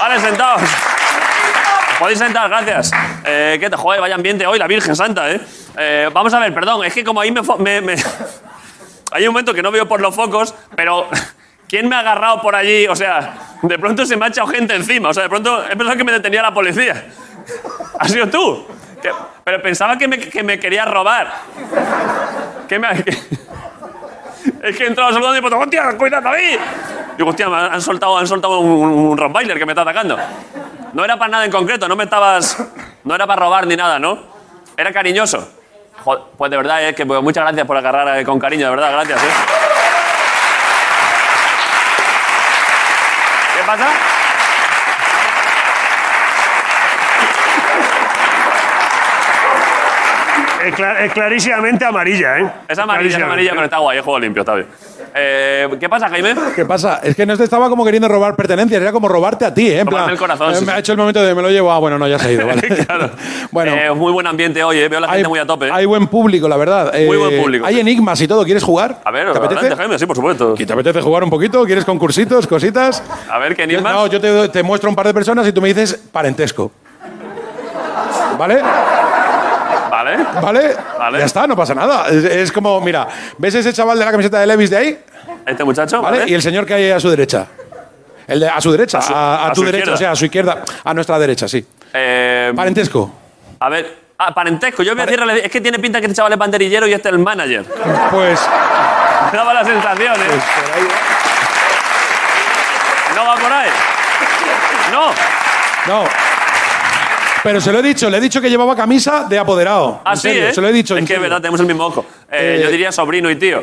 Vale, sentados. Podéis sentar, gracias. Eh, que te joder, vaya ambiente hoy, la Virgen Santa, ¿eh? Eh, Vamos a ver, perdón, es que como ahí me, fo- me- me- Hay un momento que no veo por los focos, pero. ¿Quién me ha agarrado por allí? O sea, de pronto se me ha echado gente encima. O sea, de pronto he pensado que me detenía la policía. ¿Has sido tú? Que- pero pensaba que me, que me querías robar. ¿Qué me ha- que- es que he entrado saludando y he puesto, ¡hostia, cuidado, David! Digo, hostia, me han han soltado, han soltado un, un, un Rottweiler que me está atacando. No era para nada en concreto, no me estabas... No era para robar ni nada, ¿no? Era cariñoso. Joder, pues de verdad, eh, que pues, muchas gracias por agarrar eh, con cariño, de verdad, gracias, ¿eh? ¿Qué pasa? Es, cla- es clarísimamente amarilla, ¿eh? Es amarilla, es Clarísimamente. amarilla, pero está guay, es juego limpio, está bien. Eh, ¿Qué pasa, Jaime? ¿Qué pasa? Es que no te estaba como queriendo robar pertenencias, era como robarte a ti, ¿eh? En Robarme plan, el corazón, eh, sí, me sí. ha hecho el momento de me lo llevo. Ah, bueno, no, ya se ha ido, vale. Claro. Bueno. Eh, muy buen ambiente hoy, eh, veo a la gente muy a tope. eh. hay buen público, la verdad. Eh, Muy buen público, Hay sí. enigmas y todo. ¿Quieres jugar? A ver, ¿te adelante, apetece? Jaime, sí, por supuesto. ¿Y ¿Te apetece jugar un poquito? ¿Quieres concursitos, cositas? A ver, ¿qué Yo- enigmas? No, yo te, te muestro un par de personas y tú me dices parentesco. ¿Vale? Vale. ¿Vale? Vale. Ya está, no pasa nada. Es, es como, mira, ¿ves ese chaval de la camiseta de Levis de ahí? Este muchacho, ¿Vale? ¿vale? Y el señor que hay a su derecha. El de- a su derecha, a, su- a a tu su derecha, izquierda. o sea, a su izquierda, a nuestra derecha, sí. Eh, Parentesco. a ver, ah, parentesco. Yo voy a decirle, es que tiene pinta que este chaval es banderillero y este es el manager. Pues Me daba la sensación, ¿eh? No va por ahí. No. no. Pero se lo he dicho, le he dicho que llevaba camisa de apoderado. En Así, serio, ¿eh? Se lo he dicho. Es en que es serio. verdad, tenemos el mismo ojo. Eh, Eh, Yo diría sobrino y tío.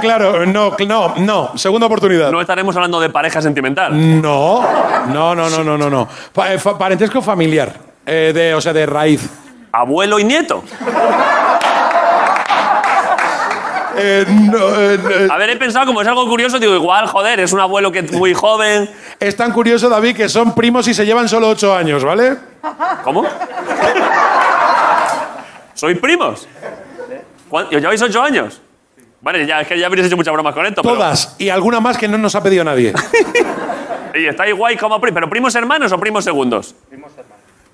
claro, no, cl- no, no. Segunda oportunidad. No estaremos hablando de pareja Mm. sentimental. No, no, no, no, no, no. no. Pa- eh, fa- parentesco familiar, eh, de, o sea, de raíz. Abuelo y nieto. Eh, no, eh, eh, A ver, he pensado, como es algo curioso, digo, igual, joder, es un abuelo que es muy joven. es tan curioso, David, que son primos y se llevan solo ocho años, ¿vale? ¿Cómo? ¿Sois primos? ¿Cuán- ¿Lleváis ocho años? Vale, ya, es que ya habréis hecho muchas bromas con esto. pero- Todas y alguna más que no nos ha pedido nadie. Y estáis guay como primos. ¿Pero primos hermanos o primos segundos? Primos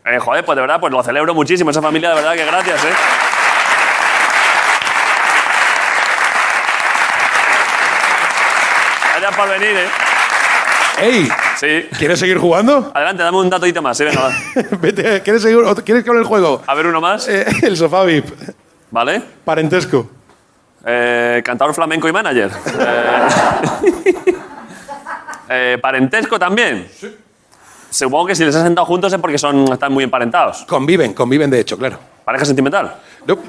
hermanos. joder, pues de verdad, pues lo celebro muchísimo. Esa familia, de verdad que gracias, ¿eh? Gracias por venir, ¿eh? Ey, Sí. ¿quieres seguir jugando? Adelante, dame un datito más. Sí, venga, va. Vete, ¿quieres, seguir, o- ¿Quieres que hable el juego? A ver uno más. Eh, el sofá VIP, Vale. parentesco. Eh, cantador flamenco y manager. Eh, eh, parentesco también. Supongo que si les has sentado juntos es porque son, están muy emparentados. Conviven, conviven de hecho, claro. Pareja sentimental. Nope.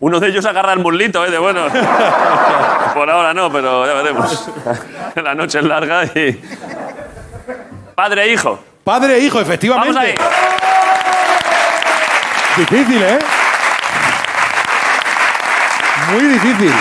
Uno de ellos agarra el muslito, ¿eh? De bueno. Por ahora no, pero ya veremos. La noche es larga y. Padre e hijo. Padre e hijo, efectivamente. Vamos ahí. Difícil, ¿eh? Muy difícil.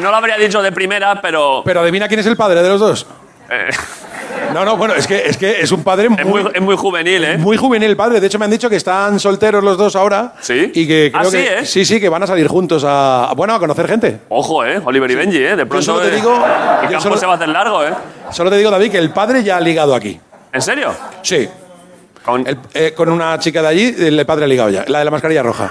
No lo habría dicho de primera, pero. Pero adivina quién es el padre de los dos. eh, Em- No, no, bueno, es que es, que es un padre muy, es, muy, es muy juvenil, ¿eh? muy juvenil el padre. De hecho, me han dicho que están solteros los dos ahora. ¿Sí? Y que creo Ah, sí, que. ¿eh? Sí, sí, que van a salir juntos a. a- Bueno, a conocer gente. Ojo, ¿eh? Oliver y Benji, ¿eh? De pronto. solo te eh, digo- El yo campo solo- se va a hacer largo, ¿eh? Solo te digo, David, que el padre ya ha ligado aquí. ¿En serio? Sí. Con- El- eh, con una chica de allí, el padre ha ligado ya. La de la mascarilla roja.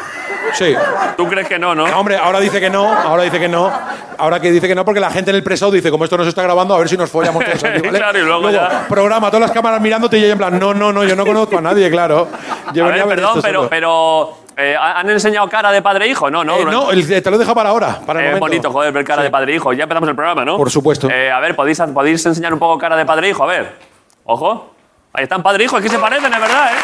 Sí. ¿Tú crees que no, no? No, hombre, ahora dice que no, ahora dice que no. Ahora que dice que no, porque la gente en el pre-show dice, como esto no se está grabando, a ver si nos follamos todos aquí, ¿vale? Claro, y luego ya. programa, todas las cámaras mirándote y ella en plan, no, no, no, yo no conozco a nadie, claro. Yo A venía ver, ver perdón, esto pero. solo. pero eh, ¿Han enseñado cara de padre e hijo? No, no. Eh, no, el- te lo dejo para ahora, para el Es momento. bonito, joder, ver cara de padre e hijo. Ya empezamos el programa, ¿no? Por supuesto. Eh, a ver, ¿podéis, podéis enseñar un poco cara de padre e hijo. A ver. Ojo. Ahí están padre e hijo. Es que se parecen, es verdad, ¿eh?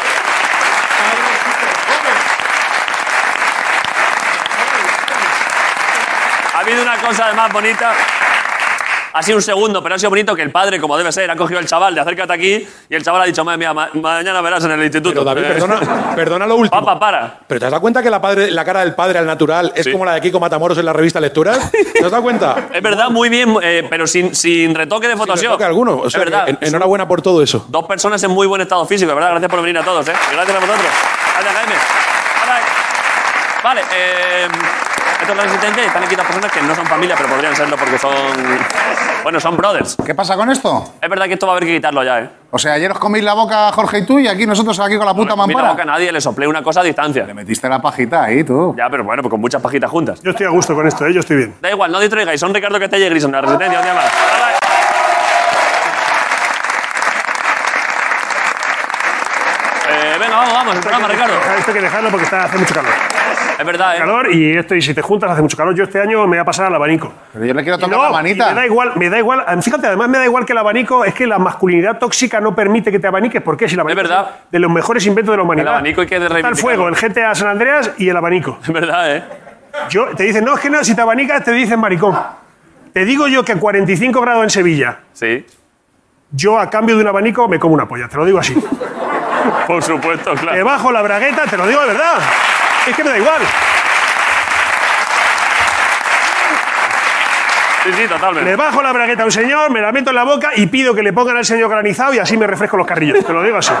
Ha habido una cosa además bonita. Ha sido un segundo, pero ha sido bonito que el padre, como debe ser, ha cogido al chaval de acércate aquí y el chaval ha dicho, madre mía, ma- mañana verás en el instituto. Pero David, Eh, perdona, perdona lo último. Papá, para. Pero ¿te has dado cuenta que la, padre, la cara del padre al natural es Sí. como la de Kiko Matamoros en la revista Lecturas? ¿Te has dado cuenta? Es verdad, muy bien, eh, pero sin, sin retoque de Photoshop. Creo que alguno. O sea, es verdad. que en- enhorabuena por todo eso. Dos personas en muy buen estado físico, de verdad. Gracias por venir a todos, ¿eh? Y Gracias a vosotros. Gracias, Jaime. Ahora- Vale, eh, Estos resistentes están aquí las personas que no son familia, pero podrían serlo porque son. Bueno, son brothers. ¿Qué pasa con esto? Es verdad que esto va a haber que quitarlo ya, ¿eh? O sea, ayer os coméis la boca, Jorge y tú, y aquí nosotros aquí con la puta No me comí la boca a mampara. nadie, le soplé una cosa a distancia. Le metiste la pajita ahí, tú. Ya, pero bueno, pues con muchas pajitas juntas. Yo estoy a gusto con esto, ¿eh? yo estoy bien. Da igual, no distraigáis. Son Ricardo Castella y Grison, la resistencia, un día más. Eh, venga, vamos, vamos, el programa, Ricardo. Esto hay que dejarlo porque está, hace mucho calor. Es verdad, ¿eh? Calor y esto, y si te juntas hace mucho calor. Yo este año me voy a pasar al abanico. Pero yo le quiero tocar No, la y manita. Me da igual, me da igual. em, Fíjate, además me da igual que el abanico, es que la masculinidad tóxica no permite que te abaniques. ¿Por qué? Si el abanico verdad. es de los mejores inventos de la humanidad. El abanico hay que Está el reivindicarlo. fuego, eh. el GTA San Andreas y el abanico. Es verdad, ¿eh? Yo, te dicen, no, es que no, si te abanicas te dicen maricón. Te digo yo que a 45 grados en Sevilla, Sí. yo a cambio de un abanico me como una polla, te lo digo así. Por supuesto, Te claro. bajo la bragueta, te lo digo de verdad. Es que me da igual. Sí, sí, totalmente. Le bajo la bragueta a un señor, me la meto en la boca y pido que le pongan al señor granizado y así me refresco los carrillos. Te lo digo así.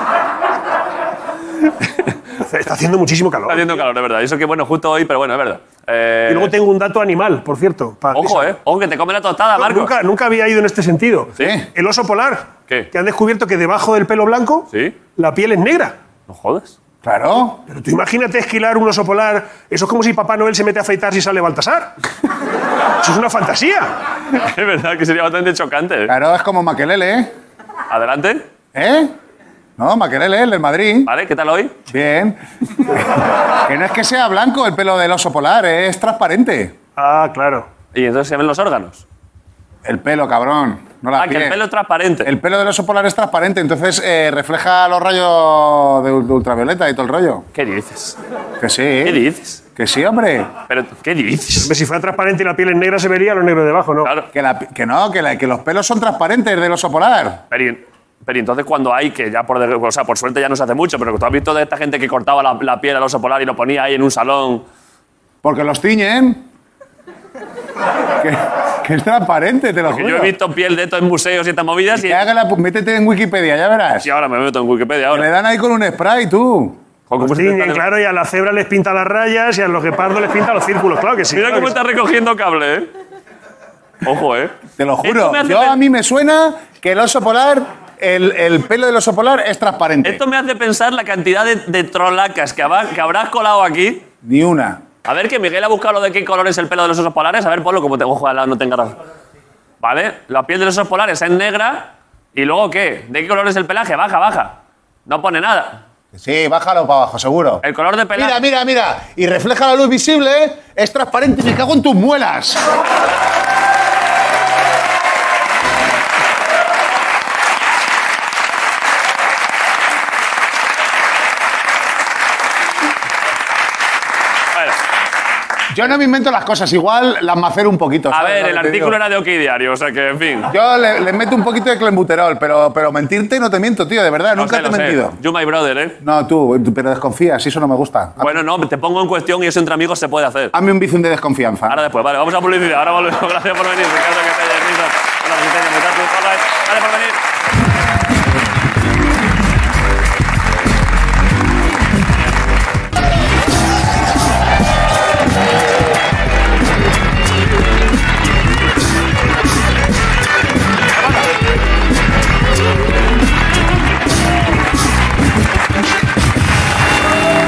Está haciendo muchísimo Está calor. haciendo calor, es verdad. Eso que bueno, justo hoy, pero bueno, es verdad. Eh, Y luego tengo un dato animal, por cierto. para- Ojo, ¿eh? Ojo, que te come la tostada, Marco. Nunca, nunca había ido en este sentido. ¿Sí? El oso polar. ¿Qué? Que han descubierto que debajo del pelo blanco Sí. la piel es negra. No jodas. Claro. Pero tú imagínate esquilar un oso polar. Eso es como si Papá Noel se mete a afeitar si sale Baltasar. Eso es una fantasía. Es verdad que sería bastante chocante. ¿eh? Claro, es como Maquelele, ¿eh? Adelante. ¿Eh? No, Maquelele, el del Madrid. Vale, ¿qué tal hoy? Bien. que no es que sea blanco el pelo del oso polar, ¿eh? es transparente. Ah, claro. Y entonces se ven los órganos. El pelo, cabrón. No la Ah, que el piel. pelo es transparente. El pelo del oso polar es transparente, entonces eh, refleja los rayos de, ul- de ultravioleta y todo el rollo. ¿Qué dices? Que sí. ¿Qué dices? Que sí, hombre. ¿Pero qué dices? Hombre, Si fuera transparente y la piel es negra, se vería lo negro debajo, ¿no? Claro. Que, la pi- que no, que, la- que los pelos son transparentes del oso polar. Pero, y- pero y entonces cuando hay, que ya por, de- o sea, por suerte ya no se hace mucho, pero tú has visto de esta gente que cortaba la, la piel al oso polar y lo ponía ahí en un salón. Porque los tiñen. que, que es transparente, te lo Que juro. yo he visto piel de esto en museos y estas movidas y, Que haga la pu- métete en Wikipedia, ya verás. y ahora me meto en Wikipedia. Que le Ahora. dan ahí con un spray, tú. Joder, cómo se te Sí, está- claro, y a la cebra les pinta las rayas y a los guepardos les pinta los círculos, claro que sí. Mira claro cómo que está recogiendo cable, ¿eh? Ojo, ¿eh? Te lo Esto juro. me hace Yo pe- a mí me suena que el oso polar, el, el pelo del oso polar es transparente. Esto me hace pensar la cantidad de, de trolacas que, habrá- que habrás colado aquí. Ni una. A ver, que Miguel ha buscado lo de qué color es el pelo de los osos polares. A ver, ponlo como te. Ojo, ojalá no tenga razón. Vale, la piel de los osos polares es negra. ¿Y luego qué? ¿De qué color es el pelaje? Baja, baja. No pone nada. Sí, bájalo para abajo, seguro. El color de pelaje. Mira, mira, mira. Y refleja la luz visible, ¿eh? es transparente y me cago en tus muelas. Bueno, Yo no me invento las cosas, igual las macero un poquito. a ver, ¿sabes lo el que te digo? artículo era de Oki Diario, o sea que, en fin. Yo le, le meto un poquito de clenbuterol, pero, pero mentirte no te miento, tío, de verdad, Lo nunca sé, te lo he sé. mentido. You my brother, ¿eh? No, tú, tú, pero desconfías, eso no me gusta. Bueno, no, te pongo en cuestión y eso entre amigos se puede hacer. Hazme un bizum de desconfianza. Ahora después, vale, vamos a publicidad. Ahora volvemos. Gracias por venir, Ricardo que te hayas visto. Hola, Resistencia, muchachos. Hola, eh. Gracias por venir.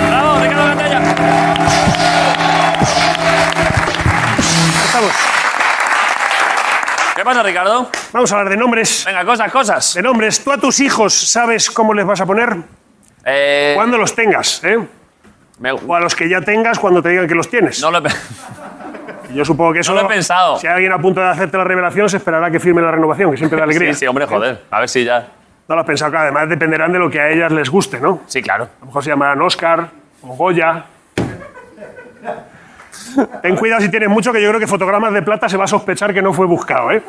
Bravo, Ricardo Cantella. Estamos. ¿Qué pasa, Ricardo? Vamos a hablar de nombres. Venga, cosas, cosas. De nombres. Tú a tus hijos sabes cómo les vas a poner Eh, cuando los tengas, ¿eh? me- O a los que ya tengas cuando te digan que los tienes. no lo he pe- Yo supongo que eso. lo he pensado. Si hay alguien a punto de hacerte la revelación, se esperará que firme la renovación, que siempre da alegría. Sí, sí, hombre, joder. A ver si ya. No lo has pensado, que además dependerán de lo que a ellas les guste, ¿no? Sí, claro. A lo mejor se llamarán Oscar o Goya. Ten cuidado si tienes mucho, que yo creo que fotogramas de plata se va a sospechar que no fue buscado, ¿eh?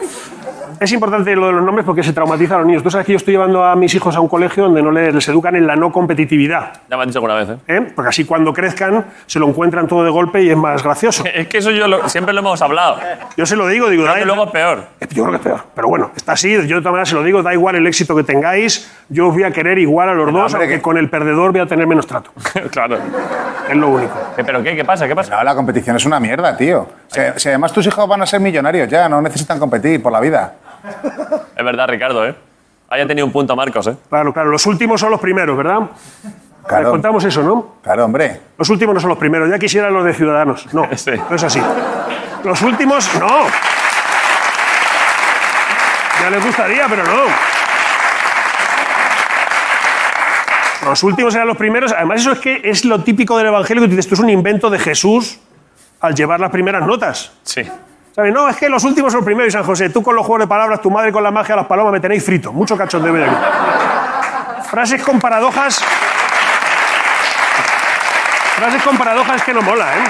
Es importante lo de los nombres porque se traumatiza a los niños. Tú sabes que yo estoy llevando a mis hijos a un colegio donde no les, les educan en la no competitividad. Ya me han dicho alguna vez, ¿eh? ¿eh? Porque así cuando crezcan se lo encuentran todo de golpe y es más gracioso. Es que eso yo lo- siempre lo hemos hablado. Creo Yo se lo digo, digo, que "Dai, luego es peor. Yo creo que es peor. Pero bueno, está así. Yo de todas maneras se lo digo, da igual el éxito que tengáis. Yo os voy a querer igual a los dos, hombre, aunque que- con el perdedor voy a tener menos trato. claro. Es lo único. ¿Qué- Eh, ¿Pero qué? ¿Qué pasa? ¿Qué pasa? No, la competición es una mierda, tío. Si, si además tus hijos van a ser millonarios ya, no necesitan competir por la vida. Es verdad, Ricardo, ¿eh? Haya tenido un punto Marcos, ¿eh? Claro, claro. Los últimos son los primeros, ¿verdad? Les Claro, contamos eso, ¿no? claro, hombre. Los últimos no son los primeros. Ya quisieran los de Ciudadanos. No, Sí. no es así. Los últimos, no. Ya les gustaría, pero no. Los últimos eran los primeros. Además, eso es que es lo típico del Evangelio que tú dices, esto es un invento de Jesús al llevar las primeras notas. Sí. ¿Sabes? No, es que los últimos son los primeros. Y San José, tú con los juegos de palabras, tu madre con la magia, las palomas, me tenéis frito. Mucho cachondeo de aquí. Frases con paradojas. Frases con paradojas que no mola, ¿eh?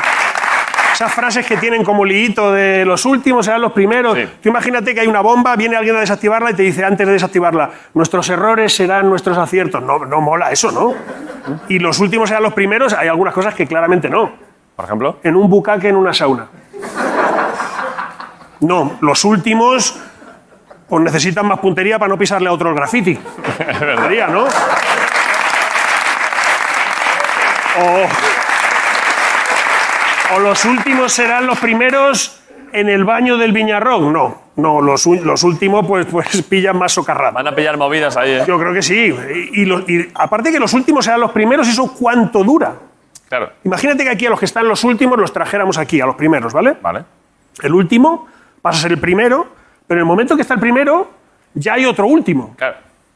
Esas frases que tienen como liito de los últimos serán los primeros. Sí. Tú imagínate que hay una bomba, viene alguien a desactivarla y te dice antes de desactivarla, nuestros errores serán nuestros aciertos. No, no mola eso, ¿no? Y los últimos serán los primeros, hay algunas cosas que claramente no Por ejemplo. en un bucaque en una sauna. No, los últimos pues necesitan más puntería para no pisarle a otro el graffiti. Es verdad. Sería, ¿no? O, o los últimos serán los primeros en el baño del Viñarrón. No, no, los, u- los últimos pues, pues pillan más socarrada. Van a pillar movidas ahí, ¿eh? Yo creo que sí. Y, y los- y aparte que los últimos serán los primeros, ¿eso cuánto dura? Claro. Imagínate que aquí a los que están los últimos los trajéramos aquí, a los primeros, ¿vale? Vale. El último pasa a ser el primero, pero en el momento que está el primero, ya hay otro último, Claro.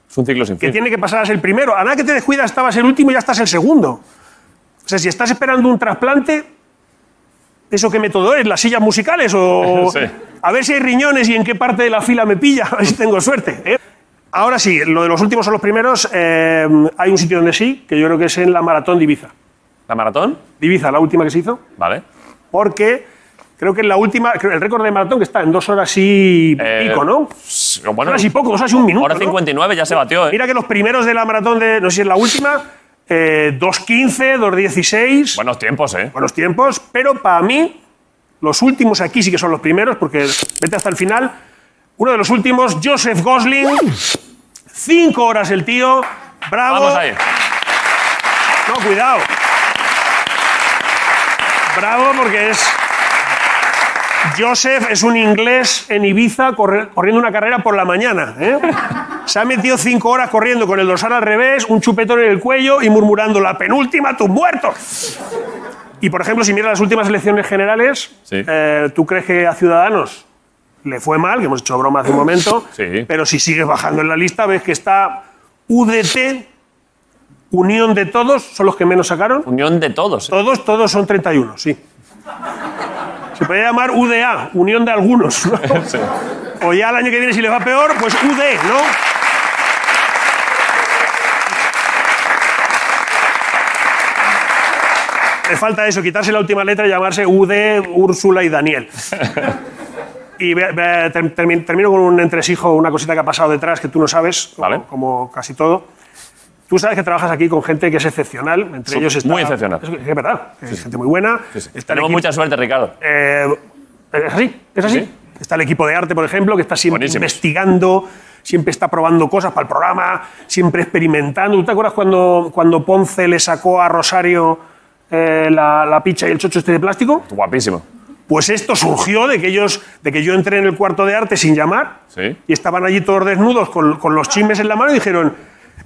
Es un ciclo sin que fin. tiene que pasar a ser el primero. A nada que te descuidas, estabas el último y ya estás el segundo. O sea, si estás esperando un trasplante, ¿eso qué método es? ¿Las sillas musicales? O Sí. a ver si hay riñones y en qué parte de la fila me pilla, a ver si tengo suerte. ¿eh? Ahora sí, lo de los últimos son los primeros. eh, hay un sitio donde sí, que yo creo que es en la maratón de Ibiza. ¿La maratón? De Ibiza, la última que se hizo. Vale. porque creo que en la última, creo- el récord de maratón que está en dos horas y Eh, pico, ¿no? Sí, Dos Bueno, horas y poco, dos horas y un minuto. hora ¿no? 59 ya se batió, ¿eh? Mira que los primeros de la maratón de, no sé si es la última, eh, 2.15, 2.16, Buenos tiempos, ¿eh? buenos tiempos, pero para mí, los últimos aquí sí que son los primeros, porque vete hasta el final. Uno de los últimos, Joseph Gosling, cinco horas el tío, bravo. Vamos ahí. No, cuidado. Bravo, porque es. Joseph es un inglés en Ibiza corre- corriendo una carrera por la mañana. ¿eh? Se ha metido cinco horas corriendo con el dorsal al revés, un chupetón en el cuello y murmurando la penúltima, tus muertos. Y por ejemplo, si miras las últimas elecciones generales, Sí. eh, ¿tú crees que a Ciudadanos le fue mal? Que hemos hecho broma hace un momento. Sí. Pero si sigues bajando en la lista, ves que está UDT, Unión de Todos, son los que menos sacaron. Unión de todos. ¿eh? Todos, todos son 31, sí. Se puede llamar UDA, Unión de Algunos. ¿no? Sí. O ya el año que viene, si les va peor, pues UD, ¿no? Le falta eso, quitarse la última letra y llamarse UD, Úrsula y Daniel. Y ve- ve- ter- termi- termino con un entresijo, una cosita que ha pasado detrás que tú no sabes, como, Vale. como casi todo. Tú sabes que trabajas aquí con gente que es excepcional, entre Su- ellos está... muy excepcional. Es, es verdad, es gente muy buena. Está el Tenemos equipo- mucha suerte, Ricardo. eh, es así, es así. Sí. Está el equipo de arte, por ejemplo, que está siempre Buenísimos. investigando, siempre está probando cosas para el programa, siempre experimentando. ¿Tú te acuerdas cuando, cuando Ponce le sacó a Rosario eh, la, la picha y el chocho este de plástico? Guapísimo. Pues esto surgió de que, ellos, de que yo entré en el cuarto de arte sin llamar Sí. y estaban allí todos desnudos con, con los chismes en la mano y dijeron,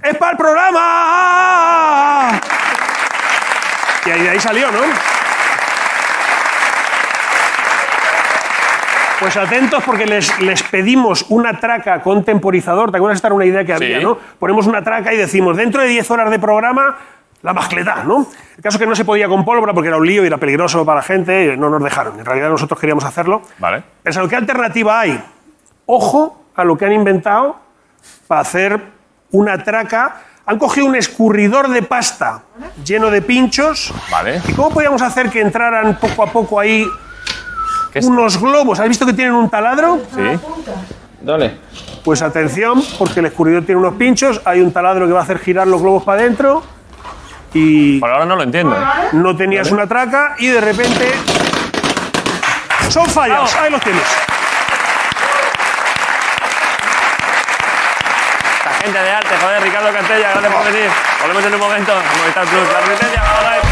¡es para el programa! Y ahí, de ahí salió, ¿no? Pues atentos porque les, les pedimos una traca con temporizador. ¿Te acuerdas? Esta era una idea que Sí. había, ¿no? Ponemos una traca y decimos, dentro de 10 horas de programa, la mascletá, ¿no? El caso es que no se podía con pólvora porque era un lío y era peligroso para la gente. y No nos dejaron. En realidad nosotros queríamos hacerlo. Vale. Pensando, ¿qué alternativa hay? Ojo a lo que han inventado para hacer una traca. Han cogido un escurridor de pasta lleno de pinchos. Vale. ¿Y cómo podíamos hacer que entraran poco a poco ahí ¿Qué es? unos globos? ¿Has visto que tienen un taladro? Sí. Dale. Pues atención, porque el escurridor tiene unos pinchos, hay un taladro que va a hacer girar los globos para adentro y Por ahora no lo entiendo. ¿eh? no tenías una traca y de repente... Son fallas, Vamos. ahí los tienes. La gente de arte, joder, Ricardo Cantella, gracias por venir. Volvemos en un momento. a Movistar Plus, la resistencia, ahora es-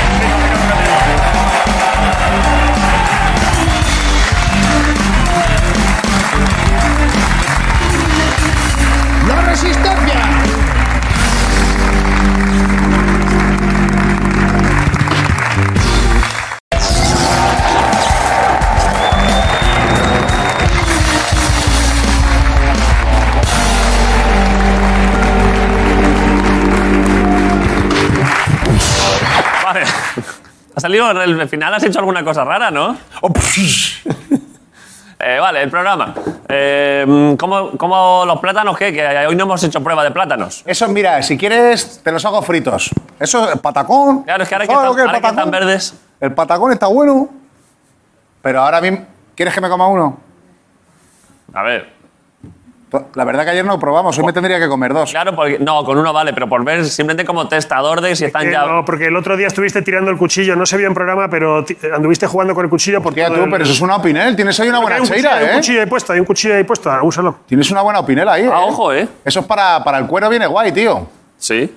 ¡La resistencia! Vale. Ha salido, al final has hecho alguna cosa rara, ¿no? Eh, vale, el programa. Eh, ¿cómo, cómo los plátanos qué? Que hoy no hemos hecho prueba de plátanos. Eso, mira, si quieres, te los hago fritos. Eso, el patacón. Claro, es que ahora que, ¿Sabes están, lo es el ahora que están patacón? verdes. El patacón está bueno. Pero ahora mismo. ¿Quieres que me coma uno? A ver. La verdad que ayer no probamos, hoy me tendría que comer dos. Claro, porque. No, con uno vale, pero por ver simplemente como testador de si están Eh, ya. no, porque el otro día estuviste tirando el cuchillo, no se vio en programa, pero ti- eh, anduviste jugando con el cuchillo porque... Tía, tú, pero eso es una opinel. Tienes ahí una hay buena un cuchillo, hay un cheira, ¿eh? cuchillo ahí puesto, hay un cuchillo ahí puesto, ah, úsalo. Tienes una buena opinel ahí. Ah, ojo, ¿eh? Eso es para, para el cuero, viene guay, tío. Sí.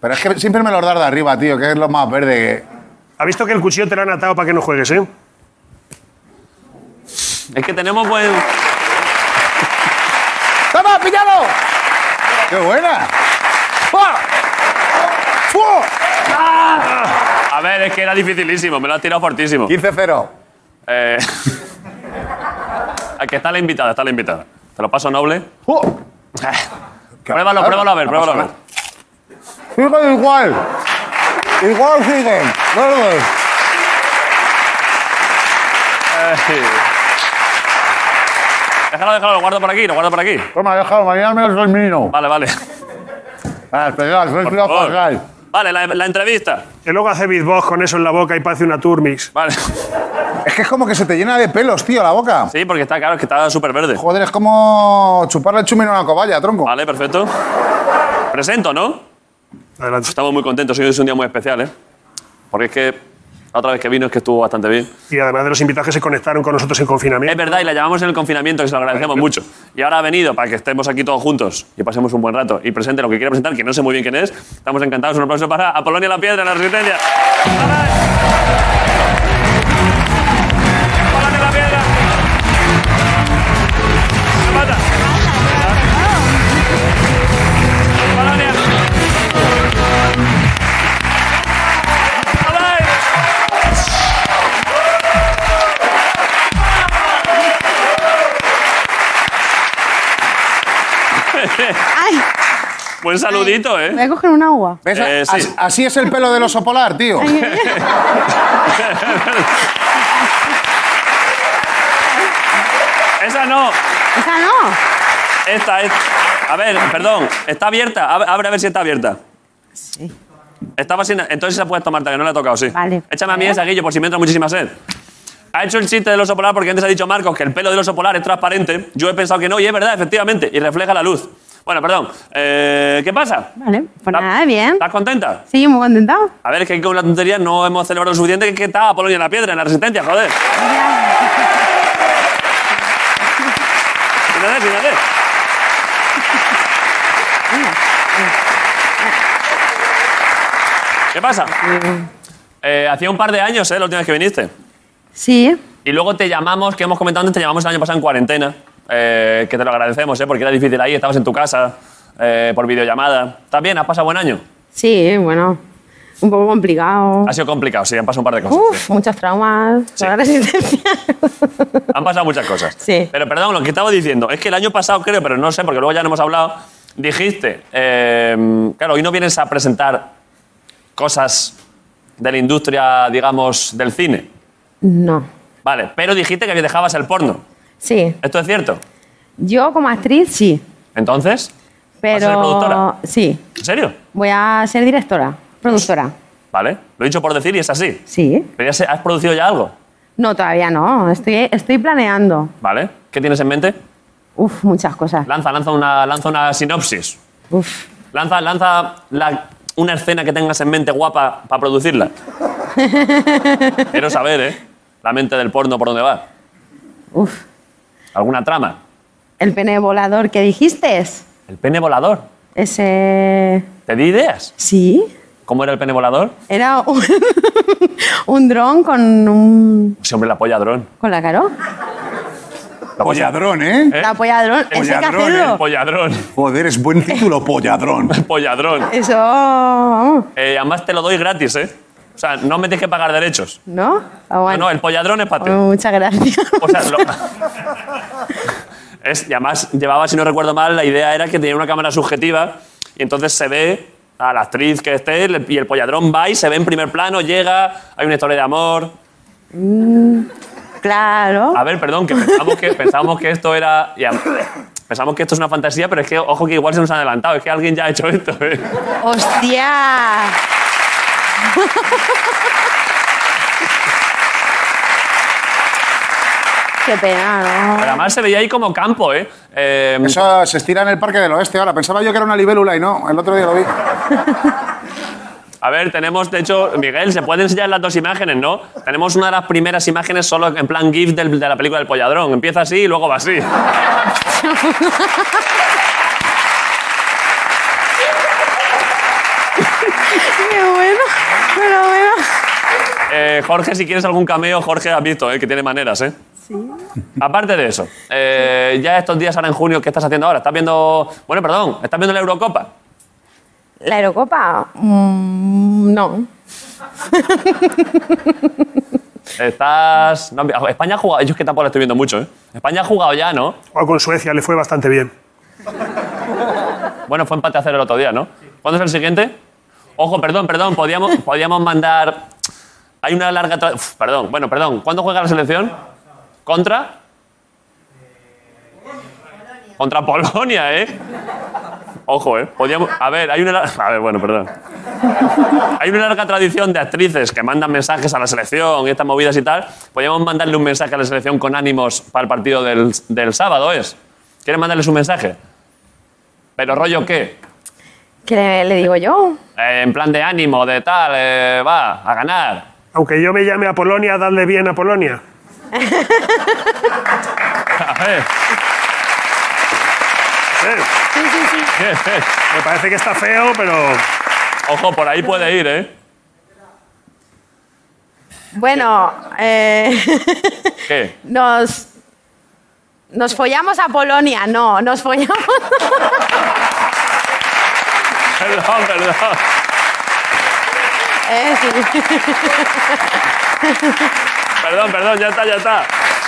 Pero es que siempre me los das de arriba, tío, que es lo más verde. que- Ha visto que el cuchillo te lo han atado para que no juegues, ¿eh? Es que tenemos buen. ¡Toma, pillado! ¡Qué buena! ¡Fua! ¡Fua! A ver, es que era dificilísimo, me lo has tirado fortísimo. 15-0. Eh... Aquí Ah, está la invitada, está la invitada. Te lo paso noble. ¡Fua! Ah, Pruébalo, pruébalo a ver, pruébalo a ver. pues, Sigue igual. Igual siguen. Verdes. Sí. Déjalo, déjalo, lo guardo por aquí, lo guardo por aquí. Toma, déjalo, mañana me los mino. Vale, vale. Ah, espera, soy Por la favor. fagal. Vale, la, la entrevista. Que luego hace beatbox con eso en la boca y parece una turmix. Vale. Es que es como que se te llena de pelos, tío, la boca. Sí, porque está claro, es que está súper verde. Joder, es como chuparle el chumino a una cobaya, tronco. Vale, perfecto. Presento, ¿no? Adelante. Estamos muy contentos, hoy es un día muy especial, ¿eh? Porque es que la otra vez que vino es que estuvo bastante bien. Y además de los invitados que se conectaron con nosotros en Es confinamiento. verdad, y la llamamos en el confinamiento, que se lo agradecemos mucho. Y ahora ha venido para que estemos aquí todos juntos y pasemos un buen rato. Y presente lo que quiere presentar, que no sé muy bien quién es. Estamos encantados. Un aplauso para Apolonia La Piedra, la Resistencia. ¡Apolonia La Piedra! ¡Me mata! ¡Apolonia! ¡Apolonia! Ay, Buen saludito, ¿eh? voy a coger un agua. ¿Ves? Eh, As- sí. así, es el pelo del oso polar, tío. Esa no. Esa no. Esta es. A ver, perdón. Está abierta. Ab- Abre a ver si está abierta. Sí. Estaba sin. Entonces se puede tomar, que no le ha tocado, sí. Vale. Échame a mí A ver. esa, Guillo, por si me entra muchísima sed. Ha hecho el chiste del oso polar porque antes ha dicho Marcos que el pelo del oso polar es transparente. Yo he pensado que no, y es verdad, efectivamente, y refleja la luz. Bueno, perdón. Eh, ¿Qué pasa? Vale, pues ¿Estás- nada, bien. ¿Estás contenta? Sí, muy contenta. A ver, es que aquí con la tontería no hemos celebrado lo suficiente que está Polonia en la piedra, en la resistencia, joder. Fíjate, fíjate. ¿Qué pasa? Eh, hacía un par de años, ¿eh? La última vez que viniste. Sí, Y luego te llamamos, que hemos comentado antes, te llamamos el año pasado en cuarentena. eh, que te lo agradecemos, ¿eh? Porque era difícil ahí, estabas en tu casa, eh, por videollamada. ¿Estás bien? ¿Has pasado buen año? sí, bueno. Un poco complicado. Ha sido complicado, sí, han pasado un par de cosas. sí. Uf, muchos traumas. La resistencia. Han pasado muchas cosas. Sí. Pero perdón, lo que estaba diciendo es que el año pasado, creo, pero no sé, porque luego ya no hemos hablado, dijiste, eh, claro, hoy no vienes a presentar cosas de la industria, digamos, del cine. No. Vale, pero dijiste que dejabas el porno. Sí. ¿Esto es cierto? Yo como actriz, sí. Entonces, Pero. ser productora? Sí. ¿en serio? Voy a ser directora, productora. Vale, lo he dicho por decir y es así. Sí. Pero ya sé, has producido ya algo, No, todavía no. Estoy, estoy planeando. ¿vale? ¿Qué tienes en mente? Uf, muchas cosas. Lanza, lanza una, lanza una sinopsis. Uf. Lanza, lanza la- una escena que tengas en mente guapa para producirla. Quiero saber, ¿eh? La mente del porno por dónde va. Uf. ¿Alguna trama? El pene volador que dijiste. es- El pene volador. Ese. ¿Te di ideas? Sí. ¿Cómo era el pene volador? Era un, un dron con un. Siempre la polla dron. con la caro. La polla Polladrón, ¿eh? ¿Eh? La polla dron. Eso hay que Polladrón, hacerlo. El polladrón. Joder, es buen título, polladrón. El polladrón. Eso. Vamos. Eh, además te lo doy gratis, ¿eh? O sea, no me tienes que pagar derechos. ¿No? Ah, No, bueno. no, el polladrón es para ti. Bueno, Muchas gracias. O sea, lo- es, y además llevaba, si no recuerdo mal, la idea era que tenía una cámara subjetiva y entonces se ve a la actriz que esté el- y el polladrón va y se ve en primer plano, llega, hay una historia de amor. Claro. A ver, perdón, que pensamos que, pensamos que esto era... y a- pensamos que esto es una fantasía, pero es que, ojo, que igual se nos ha adelantado, es que alguien ya ha hecho esto. ¿eh? ¡Hostia! Qué pena, Pero ¿no? además se veía ahí como campo, ¿eh? Eh, Eso se estira en el Parque del Oeste ahora. Pensaba yo que era una libélula y no. El otro día lo vi. A ver, tenemos, de hecho, Miguel, se pueden enseñar las dos imágenes, ¿no? Tenemos una de las primeras imágenes solo en plan GIF del- de la película del polladrón. Empieza así y luego va así. Qué bueno, pero bueno. Eh, Jorge, si quieres algún cameo, Jorge has visto, ¿eh? que tiene maneras, ¿eh? Sí. Aparte de eso, eh, ya estos días ahora en junio, ¿qué estás haciendo ahora? ¿Estás viendo. Bueno, perdón, ¿estás viendo la Eurocopa? ¿La Eurocopa? Mm, no. Estás. no, España ha jugado. Yo es que tampoco la estoy viendo mucho, ¿eh? España ha jugado ya, ¿no? O con Suecia le fue bastante bien. Bueno, fue empate a cero el otro día, ¿no? ¿Cuándo es el siguiente? Ojo, perdón, perdón, podíamos, podíamos mandar... Hay una larga... tra- Uf, perdón, bueno, perdón. ¿Cuándo juega la selección? ¿Contra? Contra Polonia, ¿eh? Ojo, ¿eh? Podíamos... A ver, hay una... lar- A ver, bueno, perdón. Hay una larga tradición de actrices que mandan mensajes a la selección y estas movidas y tal. Podríamos mandarle un mensaje a la selección con ánimos para el partido del, del sábado, ¿es? ¿Quieren mandarles un mensaje? ¿Pero rollo qué? ¿Qué le, le digo yo? Eh, en plan de ánimo, de tal, eh, va, a ganar. Aunque yo me llame a Polonia, dadle bien a Polonia. A ver, Eh, Sí, sí, sí. me parece que está feo, pero. ojo, por ahí puede ir, ¿eh? Bueno, eh, ¿Qué? nos. Nos follamos a Polonia, no, nos follamos. Perdón, perdón. Eh, sí. Perdón, perdón, ya está, ya está.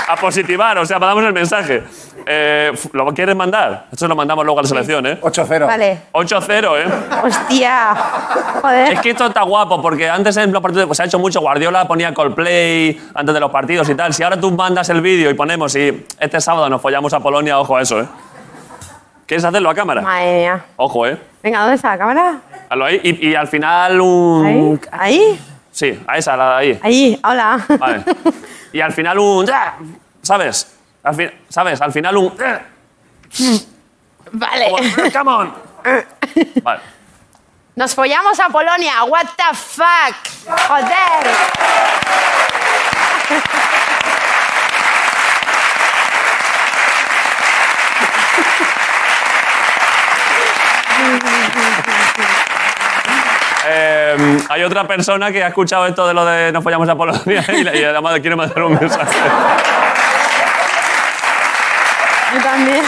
A positivar, o sea, mandamos el mensaje. Eh, f- ¿Lo quieres mandar? Esto lo mandamos luego a la selección, ¿eh? 8-0. Vale, 8-0, ¿eh? hostia. Joder. Es que esto está guapo, porque antes en los partidos pues, se ha hecho mucho. Guardiola ponía Coldplay antes de los partidos y tal. Si ahora tú mandas el vídeo y ponemos y este sábado nos follamos a Polonia, ojo a eso, ¿eh? ¿Quieres hacerlo a cámara? Madre mía. Ojo, ¿eh? Venga, ¿dónde está la cámara? Hazlo ahí. Y, y al final un... Ahí, ahí, Sí, a esa, la de ahí. ahí, hola. Vale. Y al final un... ¿Sabes? Al fin- ¿Sabes? Al final un... eh, Vale. ¡Come on! Vale. Nos follamos a Polonia, what the fuck. Joder. Eh, hay otra persona que ha escuchado esto de lo de nos follamos a Polonia y, la- y además le quiere mandar un mensaje. Yo también.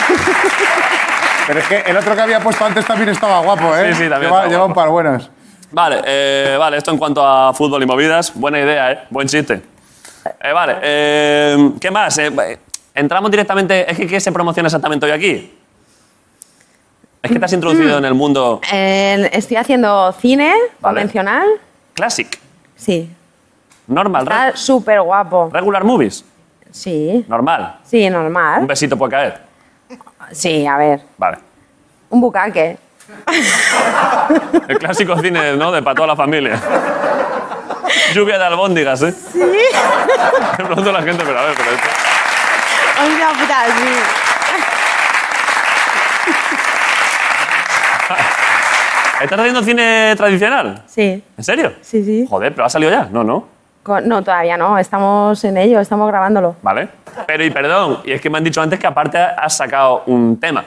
Pero es que el otro que había puesto antes también estaba guapo, ¿eh? Sí, sí, también Lleva, estaba lleva guapo. un par buenas. Vale, eh, vale, esto en cuanto a fútbol y movidas. Buena idea, ¿eh? Buen chiste. Eh, vale, eh, ¿qué más? Eh, eh, entramos directamente... Es que ¿qué se promociona exactamente hoy aquí? Es que te has introducido en el mundo Eh, estoy haciendo cine Vale. convencional. classic, Sí. normal, re- Está súper guapo. regular movies, Sí. normal. Sí, Un normal. besito puede caer. Sí, a ver. Vale. Un bucaque. El clásico cine, ¿no? De para toda la familia. Lluvia de albóndigas, ¿eh? Sí. De pronto la gente, pero a ver, pero esto- Ay, una puta, sí. ¿Estás haciendo cine tradicional? Sí, ¿En serio? sí, sí. Joder, pero ha salido ya. No, no. Con- No, todavía no. Estamos en ello, estamos grabándolo. Vale. Pero y perdón, y es que me han dicho antes que aparte has sacado un tema.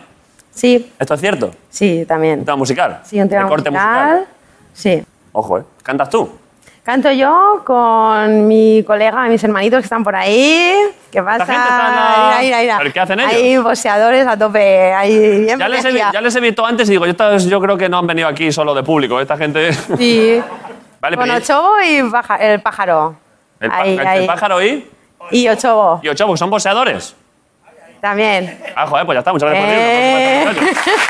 Sí, ¿Esto es cierto? Un sí, también. tema musical. Sí, un tema De corte musical. musical. Sí. Ojo, ¿eh? ¿Cantas tú? Canto yo con mi colega, mis hermanitos que están por ahí. ¿Qué pasa? gente está en la- Mira, mira, mira. ¿Pero qué hacen ellos? Ahí, boxeadores a tope. Ahí, bien Ya les, he, vi- energía. ya les he visto antes y digo, yo, estas- yo creo que no han venido aquí solo de público. Esta gente... Sí. Vale, con pero- Ochobo y paja- el pájaro. El, pa- ahí, el- el ahí. pájaro y, Y Ochobo y Ochobo, son boxeadores. también. Ah, joder, pues ya está. Muchas gracias por Eh. venir. no pasa nada, coño.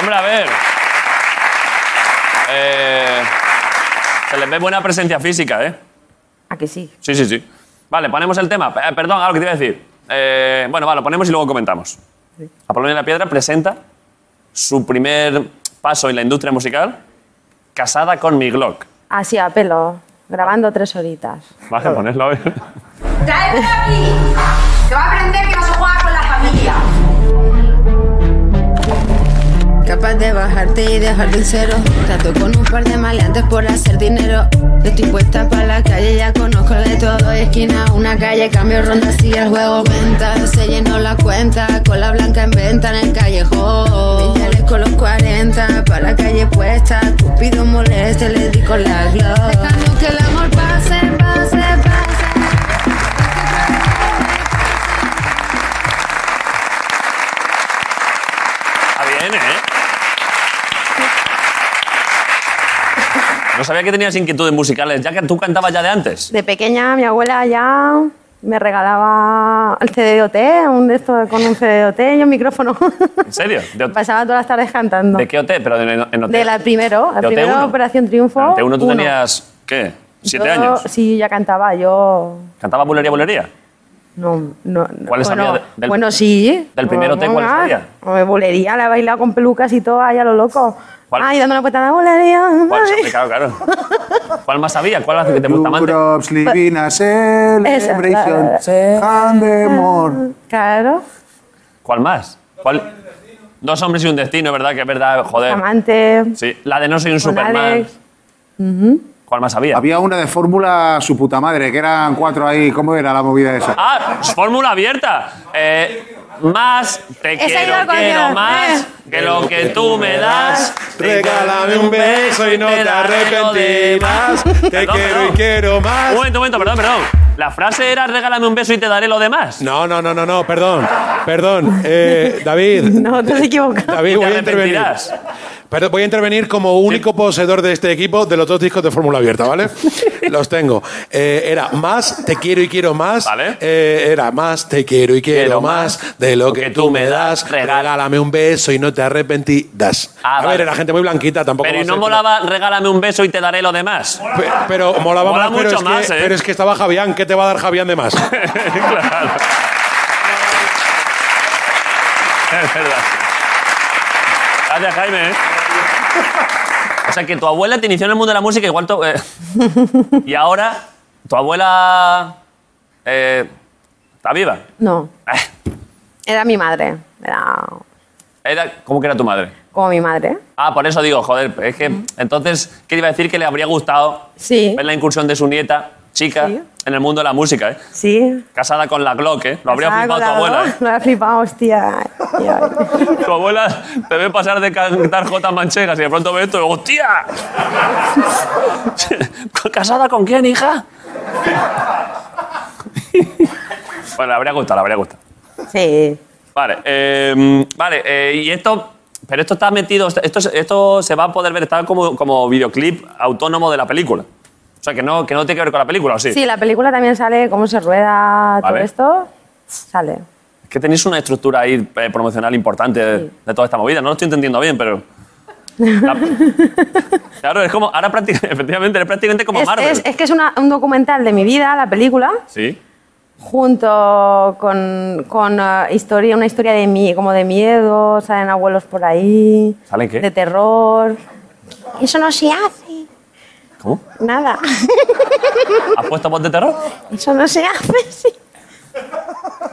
Hombre, a ver. Eh, se les ve buena presencia física, ¿eh? ¿A Ah, que sí? Sí, sí, sí. Vale, ponemos el tema. Eh, perdón, algo que te iba a decir. Eh, bueno, va, lo ponemos y luego comentamos. Apolonia de la Piedra presenta su primer paso en la industria musical, casada con mi Glock. Así a pelo, grabando tres horitas. Vas a ponerlo a ver. Traedme aquí, que va a aprender que no se juega con la familia. Capaz de bajarte y dejarte en cero. Trato con un par de maleantes por hacer dinero. Estoy puesta para la calle, ya conozco de todo. Esquina, una calle, cambio ronda, sigue el juego. Venta, se llenó la cuenta. Cola blanca en venta en el callejón. Pintales con los 40, para la calle puesta. Cupido moleste, le di con la glow. Dejando que el amor pase, pase, pase. Está bien, ¿eh? No sabía que tenías inquietudes musicales, ya que tú cantabas ya de antes. De pequeña, mi abuela ya me regalaba el CD de OT, un de estos con un CD de OT y un micrófono. ¿En serio? ¿De, OT? Pasaba todas las tardes cantando. ¿De qué OT? Pero de, en OT. De la primero, la ¿De OT1? primera Operación Triunfo. En OT uno tú uno. tenías, ¿qué? ¿Siete Yo- años? Sí, ya cantaba, yo... ¿Cantabas bulería, bulería? No, no, no. ¿Cuáles bueno, había de- del- bueno, sí. del primero te, ¿cuáles Ah, había? hombre, Bulería, la he bailado con pelucas y todo, ahí a lo loco. ¿Cuál? Ay, dando una puerta a la bulería. ¿Cuál? ay. Claro, claro. ¿Cuál más sabía? ¿Cuál hace que te gusta más? Props, Livina, Pues, Esa, Ah. Celebration, la- Handemore. Claro, ¿Cuál más? ¿Cuál? Dos hombres y un destino, ¿verdad? Que es verdad, joder. amante, Eh. Sí, la de no soy un con Superman. Alex. ¿Cuál más sabía? Había una de fórmula su puta madre, que eran cuatro ahí. ¿Cómo era la movida esa? Ah, fórmula abierta. Eh, más te Esa quiero, iba a cambiar, quiero más eh. que lo que tú me das. Regálame un beso y no te regalo de arrepentirás. Perdón, Te quiero y perdón. quiero más. Un momento, un momento, perdón, perdón. La frase era regálame un beso y te daré lo demás. No, no, no, no, no, perdón. Perdón. Eh, David, No, te has equivocado. David, voy Te a intervenir. arrepentirás. Perdón, voy a intervenir como único poseedor de este equipo de los dos discos de Fórmula Abierta, ¿vale? los tengo. Eh, era más, te quiero y quiero más. Vale. Eh, era más, te quiero y quiero, Quiero más, más de lo que tú me das. regala- Regálame un beso y no te arrepentirás. Ah, a ver, vale. era gente muy blanquita, tampoco. Pero ¿y va a no ser- molaba regálame un beso y te daré lo demás? Pe- Pero molaba Mola más, pero, mucho es que, más, ¿eh? pero es que estaba Javián. ¿Qué te va a dar Javián de más? claro. Es verdad. Gracias, Jaime. ¿eh? O sea, que tu abuela te inició en el mundo de la música, igual tu- eh, Y ahora, tu abuela. eh, ¿Está viva? No, Eh, era mi madre. Era Era, ¿Cómo que era tu madre? como mi madre. Ah, por eso digo, joder, es que. Entonces, ¿qué te iba a decir? Que le habría gustado Sí. ver la incursión de su nieta, chica, Sí. en el mundo de la música, ¿eh? Sí. Casada con la Glock, ¿eh? Lo habría Estaba flipado tu colgado. abuela, ¿eh? Lo habría flipado, hostia. Tu abuela te ve pasar de cantar J Manchegas y de pronto ve esto y digo, ¡hostia! ¿Casada con quién, hija? bueno, le habría gustado, le habría gustado. Sí. Vale, eh, vale, eh, y esto... Pero esto está metido, esto, esto se va a poder ver, está como, como videoclip autónomo de la película. O sea, que no, que no tiene que ver con la película, ¿o sí? Sí, la película también sale cómo se rueda todo Vale. esto. Sale. Es que tenéis una estructura ahí eh, promocional importante de, de toda esta movida. No lo estoy entendiendo bien, pero. La- claro, es como. Ahora prácticamente, efectivamente, es prácticamente como Es, Marvel. es- es que es una- un documental de mi vida, la película, Sí. junto con, con, eh, historia, una historia de mí, como de miedo, salen abuelos por ahí. ¿Salen qué? De terror. Eso no se hace. ¿Cómo? Nada. ¿Has puesto voz de terror? Eso no se hace, sí.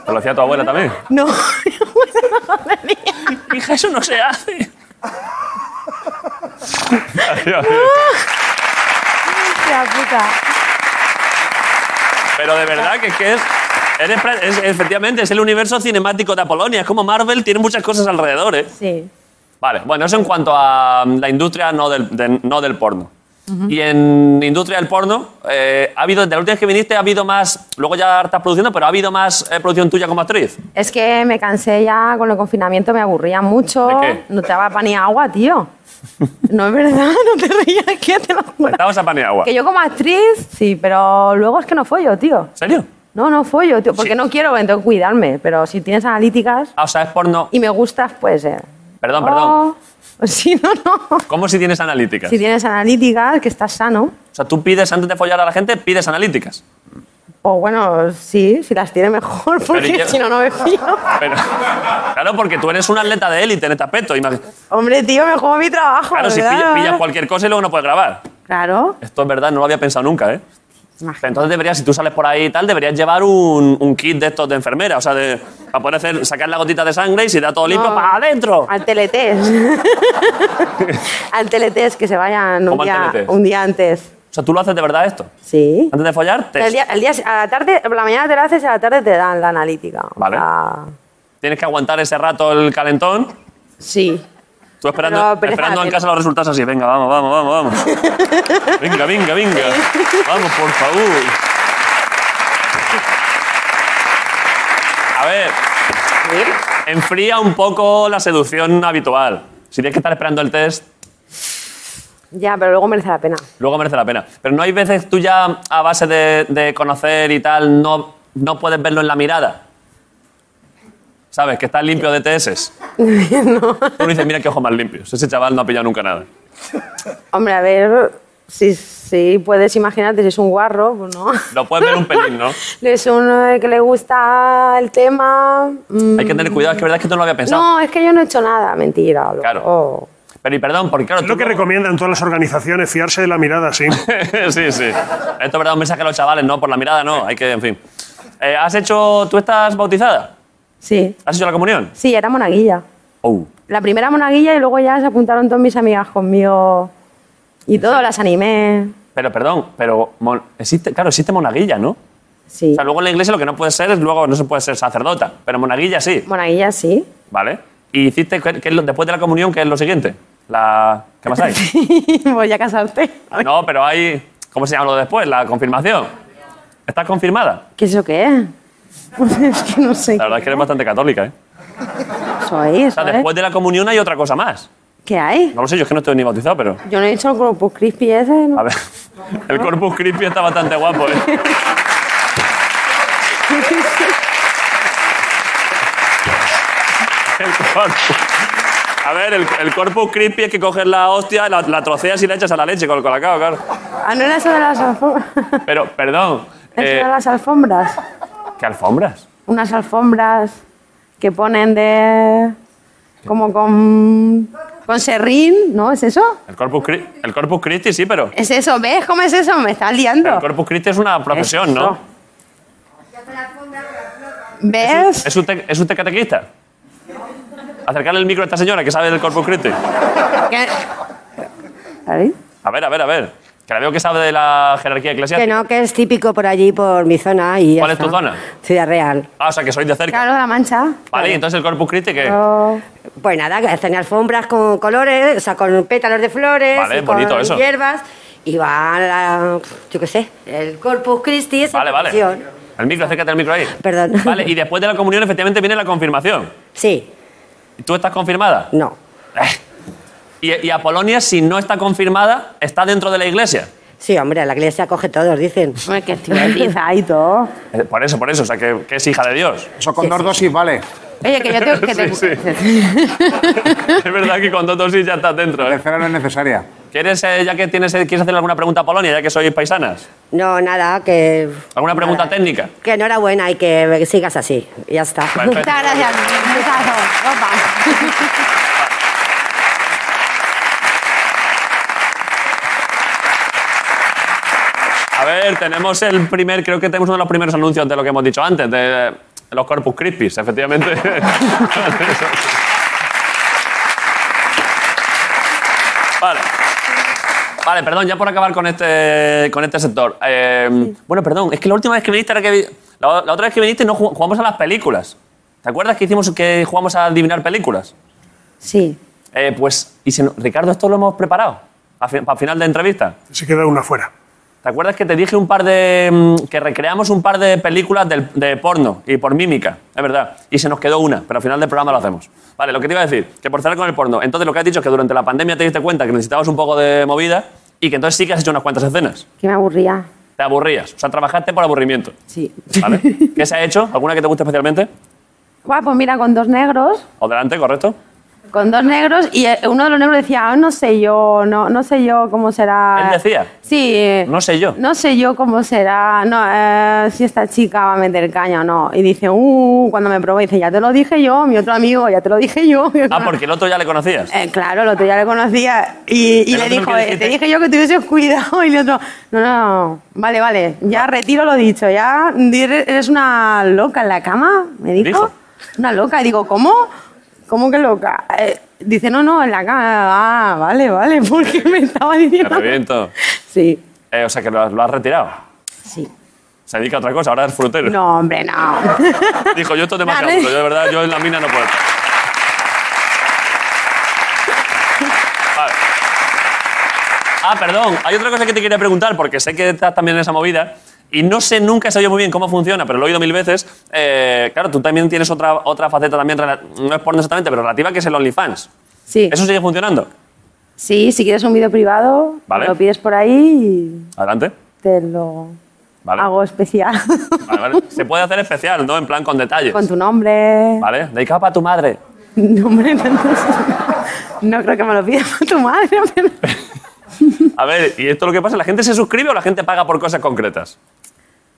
¿Te lo hacía tu abuela también? No, no me jodería. Hija, eso no se hace. La puta. Pero de verdad que, es que es, eres pra- es- Efectivamente, es el universo cinemático de Apolonia. Es como Marvel, tiene muchas cosas alrededor, ¿eh? Sí. Vale, bueno, eso en cuanto a mm, la industria no del, de- no del porno. Y en industria del porno, eh, ha habido, de la última vez que viniste, ha habido más. Luego ya estás produciendo, pero ha habido más eh, producción tuya como actriz. Es que me cansé ya con el confinamiento, me aburría mucho. ¿De qué? No te daba pan ni agua, tío. No es verdad, no te rías, que te lo juro. Estabas a pan y agua. Que yo como actriz, sí, pero luego es que no follo, tío. ¿En serio? No, no follo, tío, porque Sí. no quiero, tengo que cuidarme. Pero si tienes analíticas Ah, o sea, es porno. y me gustas, pues... eh, Perdón, Ah, perdón. oh, sí, no, no. ¿Cómo si tienes analíticas? Si tienes analíticas, que estás sano, O sea, tú pides, antes de follar a la gente, pides analíticas. o bueno, sí, si las tiene mejor, y porque yo- si no, no me fío. Pero, claro, porque tú eres un atleta de élite en este aspecto. imagi- Hombre, tío, me juego mi trabajo, Claro, si ¿verdad? pilla- pillas, cualquier cosa y luego no puedes grabar. Claro. Esto es verdad, no lo había pensado nunca, ¿eh? Imagínate. Entonces deberías, si tú sales por ahí y tal, deberías llevar un, un kit de estos de enfermera, o sea, de, para poder hacer, sacar la gotita de sangre y si da todo limpio, No. ¡para adentro! Al teletest. Al teletest, que se vayan un ¿Cómo al día, teletest? un día antes. O sea, tú lo haces de verdad esto. Sí. Antes de follar, te- El día, el día- a la tarde, por la mañana te la haces y a la tarde te dan la analítica. O Vale. sea, tienes que aguantar ese rato el calentón. sí. Tú esperando, Pero, pero esperando en espérate. casa los resultados así. Venga, vamos, vamos, vamos, vamos. Venga, venga, venga. Vamos, por favor. A ver, enfría un poco la seducción habitual. Si tienes que estar esperando el test, Ya, pero luego merece la pena. luego merece la pena. Pero no hay veces tú ya, a base de, de conocer y tal, no, no puedes verlo en la mirada. ¿Sabes? Que estás limpio de TS. Tú dices, mira qué ojos más limpios. Ese chaval no ha pillado nunca nada. Hombre, a ver, si, si puedes imaginarte, si es un guarro, pues no. Lo puedes ver un pelín, ¿no? Es uno que le gusta el tema. mm. Hay que tener cuidado, es que verdad es que tú no lo había pensado. No, es que yo no he hecho nada, mentira. lo- Claro. oh. Pero y perdón, porque claro, Es tú lo que no- recomiendan todas las organizaciones, fiarse de la mirada, sí. sí, sí. Esto es verdad, un mensaje a los chavales, no, por la mirada no, hay que, en fin. Eh, ¿Has hecho, tú estás bautizada? Sí, ¿Has hecho la comunión? sí, era monaguilla. Oh. La primera monaguilla y luego ya se apuntaron todas mis amigas conmigo y todo, las animé. Pero perdón, pero mon- existe, claro, existe monaguilla, ¿no? Sí. O sea, luego en la iglesia lo que no puede ser es luego no se puede ser sacerdota, pero monaguilla sí, Monaguilla sí. ¿vale? Y hiciste, ¿qué- qué es lo- después de la comunión, ¿qué es lo siguiente? La, ¿Qué más hay? Voy a casarte. No, pero hay, ¿cómo se llama lo de después? La confirmación. ¿Estás confirmada? ¿Qué es lo que es? es que no sé La verdad es que eres bastante católica, ¿eh? qué soy. O sea, ¿sabes? después de la comunión hay otra cosa más. ¿Qué hay? No lo sé, yo es que no estoy ni bautizado, pero. Yo no he hecho el Corpus Crispy ese. ¿no? A ver. El Corpus Christi está bastante guapo, ¿eh? El corpus. A ver, el, el Corpus Christi es que coges la hostia, la, la troceas y la echas a la leche con el colacao, claro. Ah, no era eso de las alfombras. Pero, perdón. eh, Eso de las alfombras. ¿Qué alfombras? Unas alfombras que ponen de. como con. con serrín, ¿no? ¿Es eso? El Corpus, Cri- el corpus Christi, sí, pero. ¿Es eso? ¿Ves cómo es eso? Me estás liando. El Corpus Christi es una profesión, ¿no? ¿Ves? ¿Es usted, ¿Es usted catequista? Acercarle el micro a esta señora que sabe del Corpus Christi. Que... ¿Vale? A ver, a ver, a ver. Que la veo que sabe de la jerarquía eclesiástica. Que no, que es típico por allí, por mi zona. Y ya ¿Cuál es tu está. zona? Ciudad Real. Ah, o sea, que sois de cerca. Claro, la mancha. Oh. Vale, y entonces el Corpus Christi que... Pero- Pues nada, que hacen alfombras con colores, o sea, con pétalos de flores, Vale, y con bonito eso. hierbas. Y va la, yo qué sé, el Corpus Christi es Vale, vale. El micro, acércate al micro ahí. Perdón. Vale, y después de la comunión efectivamente viene la confirmación. Sí, ¿Y ¿Tú estás confirmada? no. Eh. Y, y Apolonia, si no está confirmada, está dentro de la iglesia. Sí, hombre, la iglesia coge todos, dicen. Hombre, que estoy bautizada y todo. Eh, Por eso, por eso. O sea, que, que es hija de Dios. Eso con dos dosis vale. Oye, que yo tengo que... te- Sí, es verdad que con dos sí ya estás dentro. La ¿eh? tercera no es necesaria. ¿Quieres, eh, ya que tienes, eh, quieres hacer alguna pregunta a Apolonia, ya que sois paisanas? No, nada, que. ¿Alguna pregunta nada. técnica? Que enhorabuena y que sigas así. Ya está. Perfecto. Muchas gracias. Un besazo. Guapa. A ver, tenemos el primer, creo que tenemos uno de los primeros anuncios de lo que hemos dicho antes, de Los Corpus Christi, efectivamente. vale. Vale, perdón, ya por acabar con este, con este sector. Eh, Bueno, perdón, es que la última vez que viniste era que... vi- La, la otra vez que viniste no jug- jugamos a las películas. ¿Te acuerdas que hicimos que jugamos a adivinar películas? Sí. Eh, pues, y se no- Ricardo, esto lo hemos preparado a fi- para final de entrevista. Se queda una fuera. ¿Te acuerdas que te dije un par de. mm, que recreamos un par de películas del- de porno y por mímica? Es verdad. Y se nos quedó una, pero al final del programa lo hacemos. Vale, lo que te iba a decir, que por cerrar con el porno. Entonces lo que has dicho es que durante la pandemia te diste cuenta que necesitabas un poco de movida y que entonces sí que has hecho unas cuantas escenas. Que me aburría. Te aburrías. O sea, trabajaste por aburrimiento. Sí. ¿Vale? ¿Qué se ha hecho? ¿Alguna que te guste especialmente? Guau, pues mira, con dos negros, O delante, correcto. con dos negros, y eh, uno de los negros decía, "Ah, no sé yo, no, no sé yo cómo será. ¿Él decía? Sí. eh, No sé yo. No sé yo cómo será, no, eh, si esta chica va a meter caña o no. Y dice, uh, cuando me probó, dice, ya te lo dije yo, mi otro amigo, ya te lo dije yo. Ah, porque el otro ya le conocías. Eh, claro, el otro ya le conocía y, y El le otro dijo, que eh, dijiste- te dije yo que tuvieses cuidado y el otro, no, no, vale, vale, ya retiro lo dicho, ya di- eres una loca en la cama, me dijo. Dijo. Una loca, y digo, ¿cómo? ¿Cómo que loca? Eh, dice, no, no, en la cama, ah, vale, vale, porque me estaba Te diciendo... reviento. Sí, Eh, o sea, que lo, has- lo has retirado. sí. Se dedica a otra cosa, ahora es frutero. No, hombre, no. Dijo, yo esto es demasiado Claro. duro, yo de verdad, yo en la mina no puedo. estar. Vale. Ah, perdón, hay otra cosa que te quería preguntar, porque sé que estás también en esa movida, y no sé, nunca he sabido muy bien cómo funciona, pero lo he oído mil veces. Eh, claro, tú también tienes otra, otra faceta también, rela- no es porno exactamente, pero relativa, que es el OnlyFans. Sí, ¿Eso sigue funcionando? sí, si quieres un vídeo privado, Vale. lo pides por ahí Adelante. y te lo Vale. hago especial. Vale, vale. Se puede hacer especial, ¿no? En plan, con detalles. Con tu nombre. ¿Vale? Dedicado para tu madre. No, hombre, no, no, no creo que me lo pida tu madre, pero... A ver, ¿y esto lo que pasa? ¿La gente se suscribe o la gente paga por cosas concretas?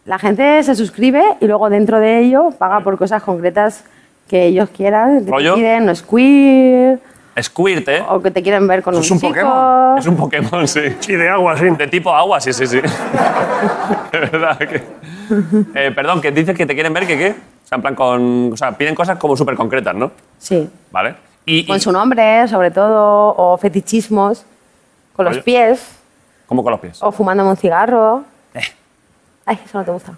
La gente se suscribe y luego dentro de ello paga por cosas concretas que ellos quieran, que te ¿Rollo? piden, o es queer, Squirt, ¿eh? o que te quieren ver con un, es un chico. Pokémon. Es un Pokémon, sí. Sí, de agua, sí. De tipo agua, sí, sí, sí. De verdad que... Eh, perdón, que dices que te quieren ver que qué? O sea, en plan con... O sea, piden cosas como súper concretas, ¿no? Sí, ¿Vale? Y, con y- su nombre, sobre todo, o fetichismos, con los Oye. pies, ¿Cómo con los pies? o fumándome un cigarro. Ay, eso no te gusta.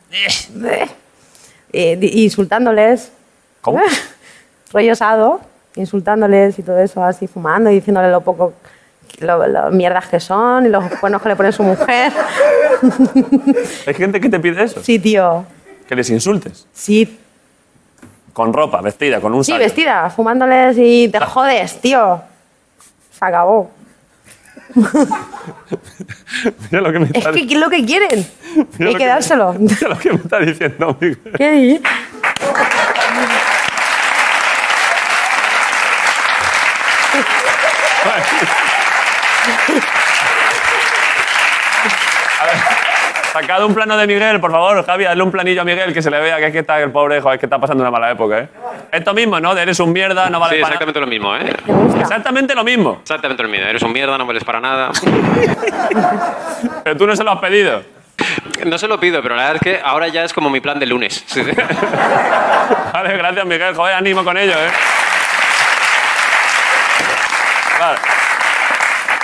Eh, di- insultándoles. ¿Cómo? Rollo osado, insultándoles y todo eso, así fumando y diciéndole lo poco, lo, lo mierdas que son y los buenos que le pone su mujer. Hay gente que te pide eso. Sí, tío. Que les insultes. Sí, Con ropa, vestida, con un sí saco. vestida, fumándoles y te jodes, tío. Se acabó. Mira lo que me Es está, que ¿qué es lo que quieren? Mira Hay lo que que- dárselo. mira lo que me está diciendo, amigo. ¿Qué di? Sacad un plano de Miguel, por favor, Javi, hazle un planillo a Miguel que se le vea que es que está el pobre, joder, que está pasando una mala época, ¿eh? Esto mismo, ¿no? De eres un mierda, no vale Sí, para nada. exactamente lo mismo, ¿eh? ¿Te gusta? Exactamente lo mismo. Exactamente lo mismo. Eres un mierda, no vales para nada. Pero tú no se lo has pedido. No se lo pido, pero la verdad es que ahora ya es como mi plan de lunes. Sí, sí. Vale, gracias, Miguel. Joder, ánimo con ello, ¿eh? Vale.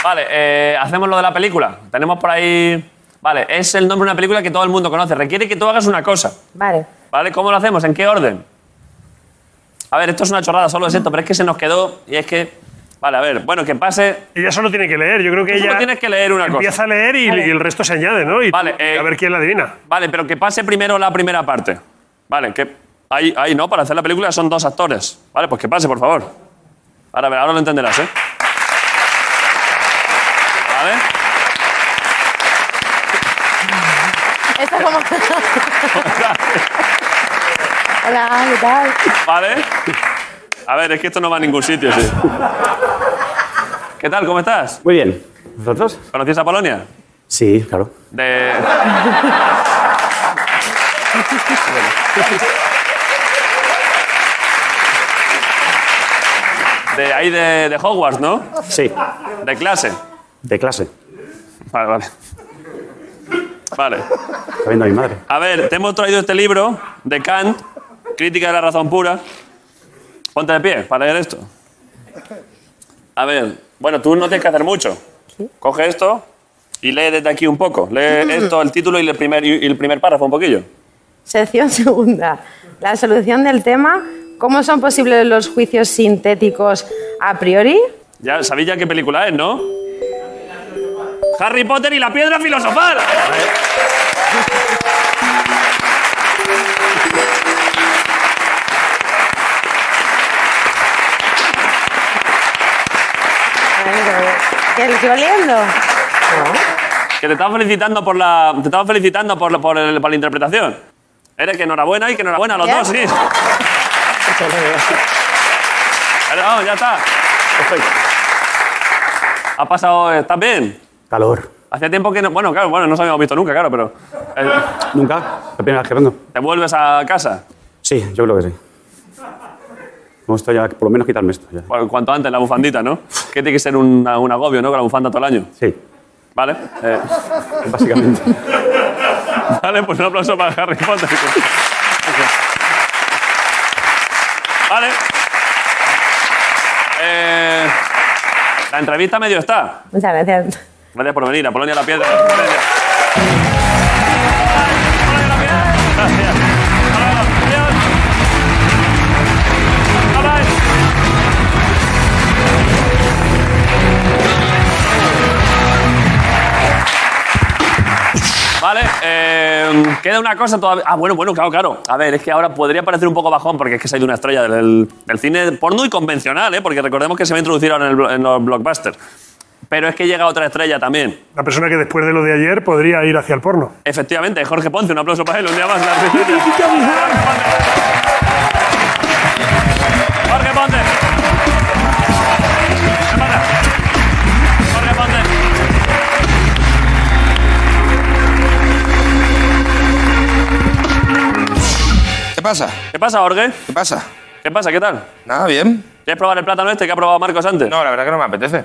Vale, eh, hacemos lo de la película. Tenemos por ahí... Vale, es el nombre de una película que todo el mundo conoce. Requiere que tú hagas una cosa. Vale. ¿Vale? ¿Cómo lo hacemos? ¿En qué orden? A ver, esto es una chorrada, solo es esto, pero es que se nos quedó y es que... Vale, a ver, bueno, que pase... Ella solo tiene que leer. Yo creo que Tú solo ella tienes que leer una cosa. empieza a leer y, y el resto se añade, ¿no? Y Vale, eh, a ver quién la adivina. Vale, pero que pase primero la primera parte. Vale, que ahí, ahí no, para hacer la película son dos actores. Vale, pues que pase, por favor. Ahora, a ver, ahora lo entenderás, ¿eh? Vale. Esto es como... Hola, ¿qué tal? Vale. A ver, es que esto no va a ningún sitio, sí. ¿Qué tal? ¿Cómo estás? Muy bien. ¿Vosotros? ¿Conocías a Polonia? Sí, claro. De... De ahí de, de Hogwarts, ¿no? Sí, De clase. de clase. Vale, vale. Vale. Está viendo a mi madre. A ver, te hemos traído este libro de Kant, Crítica de la razón pura. Ponte de pie para leer esto. A ver, bueno, tú no tienes que hacer mucho. Coge esto y lee desde aquí un poco. Lee esto, el título y el primer, y el primer párrafo un poquillo. Sección segunda. La solución del tema. ¿Cómo son posibles los juicios sintéticos a priori? Ya sabéis ya qué película es, ¿no? Harry Potter y la piedra filosofal. ¿Que lo estoy oliendo? Que te estaba felicitando por la, te estaba felicitando por, la- por, el- por la interpretación. Eres que enhorabuena y que enhorabuena a los Ya. dos, sí. Pero vamos, ya está. Ha pasado, ¿estás bien? Calor. Hacía tiempo que no, bueno, claro, bueno, no nos habíamos visto nunca, claro, pero eh, ¿Nunca? ¿La primera vez que vengo? te vuelves a casa. Sí, yo creo que sí. Me gusta ya, por lo menos quitarme esto. Ya. Bueno, cuanto antes la bufandita, ¿no? Que tiene que ser un, un agobio, ¿no? Con la bufanda todo el año. Sí. Vale. eh, Básicamente. Vale, pues un aplauso para Harry Potter. Vale. Eh, la entrevista medio está. Muchas gracias. Gracias por venir, a Polonia la Piedra. Vale, eh, queda una cosa todavía. Ah, bueno, bueno, claro, claro. A ver, es que ahora podría parecer un poco bajón porque es que soy de una estrella del, del cine porno y convencional, ¿eh? porque recordemos que se va a introducir ahora en, el blo- en los blockbusters. Pero es que llega otra estrella también. La persona que después de lo de ayer podría ir hacia el porno. Efectivamente, Jorge Ponce, un aplauso para él, un día más. Jorge Ponte. ¿Qué pasa? Jorge Ponte. ¿Qué pasa? ¿Qué pasa, Jorge? ¿Qué pasa? ¿Qué pasa? ¿Qué tal? Nada, bien. ¿Quieres probar el plátano este que ha probado Marcos antes? No, la verdad que no me apetece.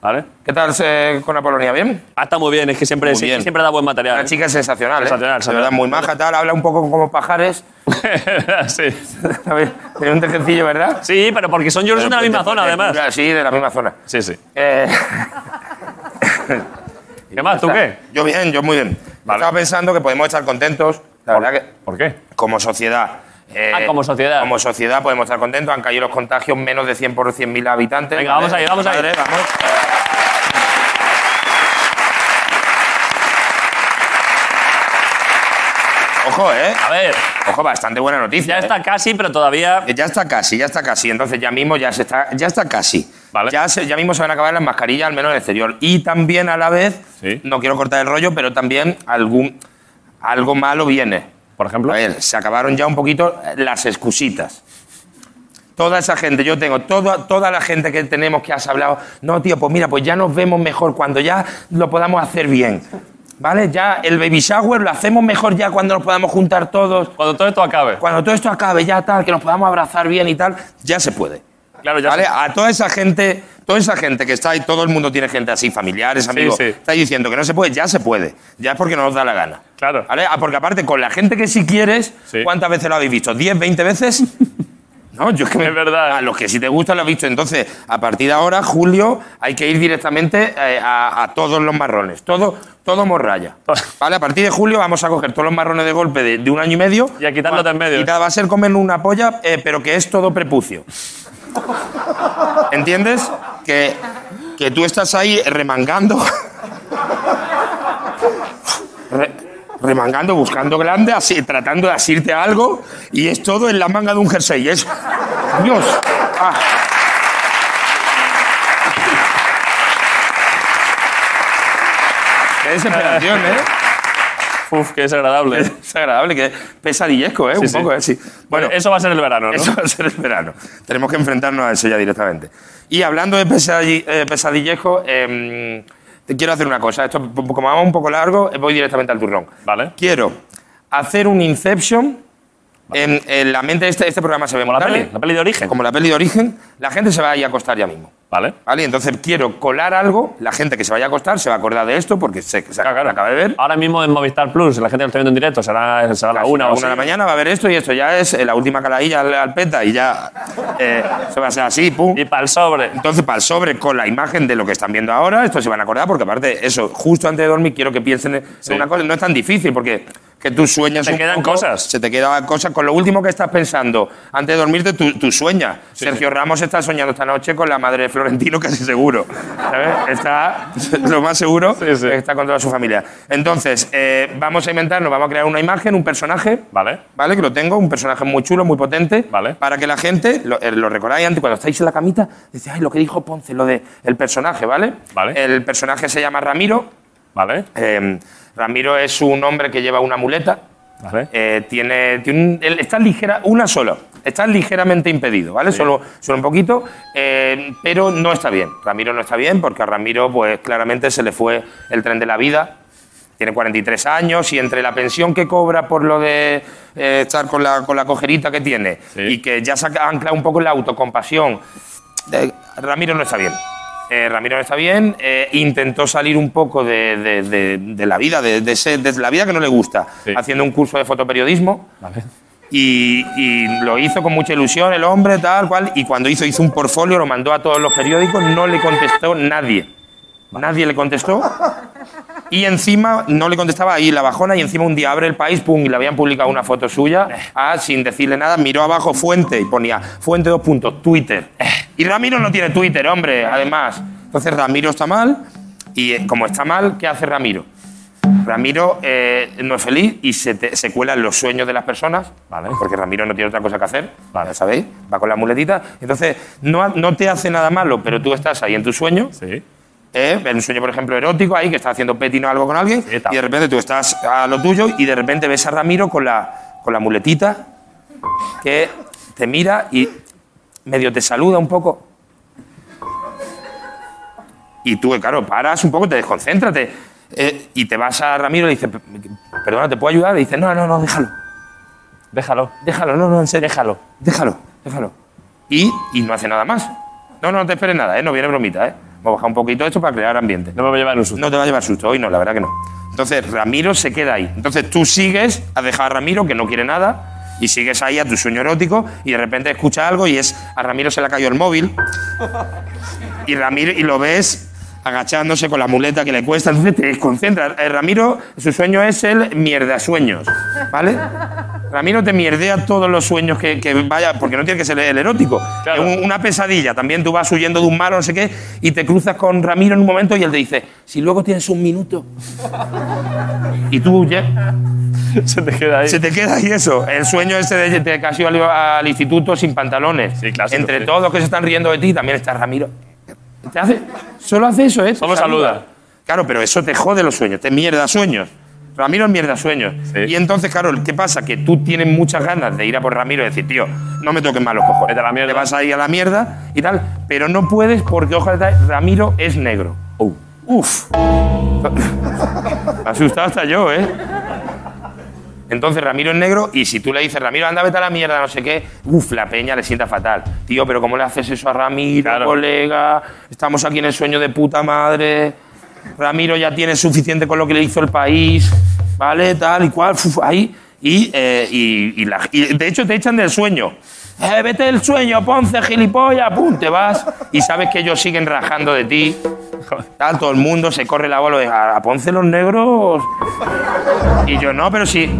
¿Vale? ¿Qué tal eh, con Apolonia? ¿Bien? Ah, está muy bien, es que siempre, Muy siempre, bien. siempre da buen material. La ¿eh? chica es sensacional, ¿eh? Sensacional, De verdad, sensacional. muy maja, tal. Habla un poco como pajares. sí. Tiene un tejecillo, ¿verdad? Sí, pero porque son yo Pero pues son de la misma de- zona, de- además. Sí, de la misma zona. Sí, sí. Eh, ¿Qué más? ¿Tú qué? Yo bien, yo muy bien. Estaba pensando que podemos estar contentos. La verdad que. ¿Por qué? Como sociedad. eh, Ah, como sociedad. Como sociedad podemos estar contentos. Han caído los contagios menos de 100 por 100.000 habitantes. Venga, vamos ahí, vamos ahí. Madre, vamos. Ojo, ¿eh? A ver. Ojo, bastante buena noticia. eh. Ya está casi, pero todavía. Ya está casi, ya está casi. Entonces ya mismo ya se está, ya está casi. Ya, se- ya mismo se van a acabar las mascarillas, al menos en el exterior. Y también a la vez, no quiero cortar el rollo, pero también algún, algo malo viene. Por ejemplo. A ver, se acabaron ya un poquito las excusitas. Toda esa gente, yo tengo, toda, toda la gente que tenemos que has hablado, no, tío, pues mira, pues ya nos vemos mejor cuando ya lo podamos hacer bien. ¿Vale? Ya el baby shower lo hacemos mejor ya cuando nos podamos juntar todos. Cuando todo esto acabe. Cuando todo esto acabe, ya tal, que nos podamos abrazar bien y tal, ya se puede. Claro, ya ¿Vale? se- A toda esa gente, toda esa gente que está ahí, todo el mundo tiene gente así, familiares, Sí, amigos, sí. estáis diciendo que no se puede, ya se puede. Ya es porque no nos da la gana. Claro. ¿Vale? Ah, porque aparte, con la gente que sí quieres, ¿cuántas veces lo habéis visto? ¿10, 20 veces? No, yo es que Es verdad. A los que sí te gusta lo has visto. Entonces, a partir de ahora, Julio, hay que ir directamente eh, a, a todos los marrones. Todo, todo morralla. ¿Vale? A partir de julio vamos a coger todos los marrones de golpe de, de un año y medio. Y a quitarlos de en medio. va a ser comer una polla, eh, pero que es todo prepucio. ¿Entiendes? Que, que tú estás ahí remangando. Re- remangando, buscando grande, así, tratando de asirte a algo, y es todo en la manga de un jersey. Es. Dios. Ah. Qué desesperación, ¿eh? Uf, qué desagradable. Es agradable, que pesadillesco, ¿eh? Sí, Un sí. poco, ¿eh? Sí. Eh, Bueno, Eso va a ser el verano, ¿no? eso va a ser el verano. Tenemos que enfrentarnos a eso ya directamente. Y hablando de pesadi- eh, pesadillesco, em, te quiero hacer una cosa. Esto, p- como vamos un poco largo, eh, voy directamente al turrón. Vale. Quiero hacer un Inception. En, en la mente de este, este programa se ve Como la peli, la peli de origen. Como la peli de origen, la gente se va a ir a acostar ya mismo. ¿Vale? ¿Vale? Entonces quiero colar algo, la gente que se vaya a acostar se va a acordar de esto porque se, se acaba de ver. Ahora mismo en Movistar Plus, la gente que lo está viendo en directo, será, será la una o una de la así. mañana va a haber esto y esto ya es eh, la última caladilla al, al peta y ya eh, se va a hacer así, pum. Y para el sobre. Entonces, para el sobre, con la imagen de lo que están viendo ahora, esto se van a acordar porque aparte, eso, justo antes de dormir quiero que piensen en una cosa. No es tan difícil porque que tú sueñas Te un quedan poco, cosas. Se te quedan cosas. Con lo último que estás pensando, antes de dormirte, tú, tú sueñas. Sergio Ramos está soñando esta noche con la madre de Florentino, casi seguro. ¿Sabes? Está lo más seguro que está con toda su familia. Entonces, eh, vamos a inventarnos, vamos a crear una imagen, un personaje. Vale. Vale, que lo tengo, un personaje muy chulo, muy potente. Vale. Para que la gente, lo, eh, lo recordáis antes, cuando estáis en la camita, decís, ay, lo que dijo Ponce, lo de el personaje, ¿vale? Vale. El personaje se llama Ramiro. eh, Vale. Ramiro es un hombre que lleva una muleta. Vale. Eh, tiene, tiene un- él está ligera, una sola. Está ligeramente impedido, ¿vale? Solo, solo un poquito, eh, pero no está bien. Ramiro no está bien porque a Ramiro, pues claramente se le fue el tren de la vida. Tiene 43 años y entre la pensión que cobra por lo de eh, estar con la, con la cojerita que tiene y que ya se ha anclado un poco en la autocompasión, eh, Ramiro no está bien. Eh, Ramiro no está bien, eh, intentó salir un poco de, de- de- de la vida, de, de ese- de la vida que no le gusta, haciendo un curso de fotoperiodismo. Y, y lo hizo con mucha ilusión el hombre, tal cual. Y cuando hizo, hizo un portfolio, lo mandó a todos los periódicos, no le contestó nadie. Nadie le contestó. Y encima no le contestaba ahí la bajona y encima un día abre el país, pum, y le habían publicado una foto suya, ah, sin decirle nada, miró abajo fuente y ponía fuente dos puntos, Twitter. Y Ramiro no tiene Twitter, hombre, además. Entonces Ramiro está mal y eh, como está mal, ¿qué hace Ramiro? Ramiro eh, no es feliz y se, te- se cuela en los sueños de las personas, porque Ramiro no tiene otra cosa que hacer, ya ¿sabéis? Va con la muletita. Entonces, no, ha- no te hace nada malo, pero tú estás ahí en tu sueño, ¿eh? en un sueño, por ejemplo, erótico, ahí que estás haciendo petting o algo con alguien, y de repente tú estás a lo tuyo y de repente ves a Ramiro con la, con la muletita, que te mira y medio te saluda un poco. Y tú, claro, paras un poco, te desconcentras te- eh, y te vas a Ramiro y le dices, "P- perdona, ¿te puedo ayudar? Y dice, no, no, no, déjalo. Déjalo. Déjalo, no, no, en serio. Déjalo. Déjalo, déjalo. Y, y no hace nada más. No, no, no te esperes nada, ¿eh? no viene bromita. ¿eh? Vamos a bajar un poquito esto para crear ambiente. No me va a llevar un susto. No te va a llevar susto, hoy no, la verdad que no. Entonces, Ramiro se queda ahí. Entonces, tú sigues a dejar a Ramiro, que no quiere nada, y sigues ahí a tu sueño erótico, y de repente escucha algo y es a Ramiro se le ha caído el móvil, y Ramiro y lo ves agachándose con la muleta que le cuesta, entonces te desconcentras. Eh, Ramiro, su sueño es el mierda sueños, ¿vale? Ramiro te mierdea todos los sueños que, que vaya, porque no tiene que ser el erótico. Es un- una pesadilla, también tú vas huyendo de un malo, no sé qué, y te cruzas con Ramiro en un momento y él te dice, si luego tienes un minuto. Y tú ya... Se te queda ahí. Se te queda ahí eso. El sueño ese de, de que has ido al, al instituto sin pantalones. Entre todos los que se están riendo de ti, también está Ramiro. Te hace- solo hace eso, ¿eh? Solo saluda. Claro, pero eso te jode los sueños, te mierda sueños. Ramiro es mierda sueños. Y entonces, claro, ¿qué pasa? Que tú tienes muchas ganas de ir a por Ramiro y decir, tío, no me toques más los cojones. Te vas a ir a la mierda y tal, pero no puedes porque, ojalá, Ramiro es negro. Uf. Me asustado hasta yo, ¿eh? Entonces Ramiro es negro y si tú le dices, Ramiro, anda, vete a la mierda, no sé qué, uff, la peña le sienta fatal. Tío, pero ¿cómo le haces eso a Ramiro, colega? Estamos aquí en el sueño de puta madre. Ramiro ya tiene suficiente con lo que le hizo el país, ¿vale? Tal y cual, uf, ahí. Y, eh, y- y la- y de hecho te echan del sueño. Eh, vete del sueño, Ponce, gilipollas, pum, te vas. Y sabes que ellos siguen rajando de ti. Tal, todo el mundo se corre la bola de a a Ponce los negros. Y yo, no, pero si,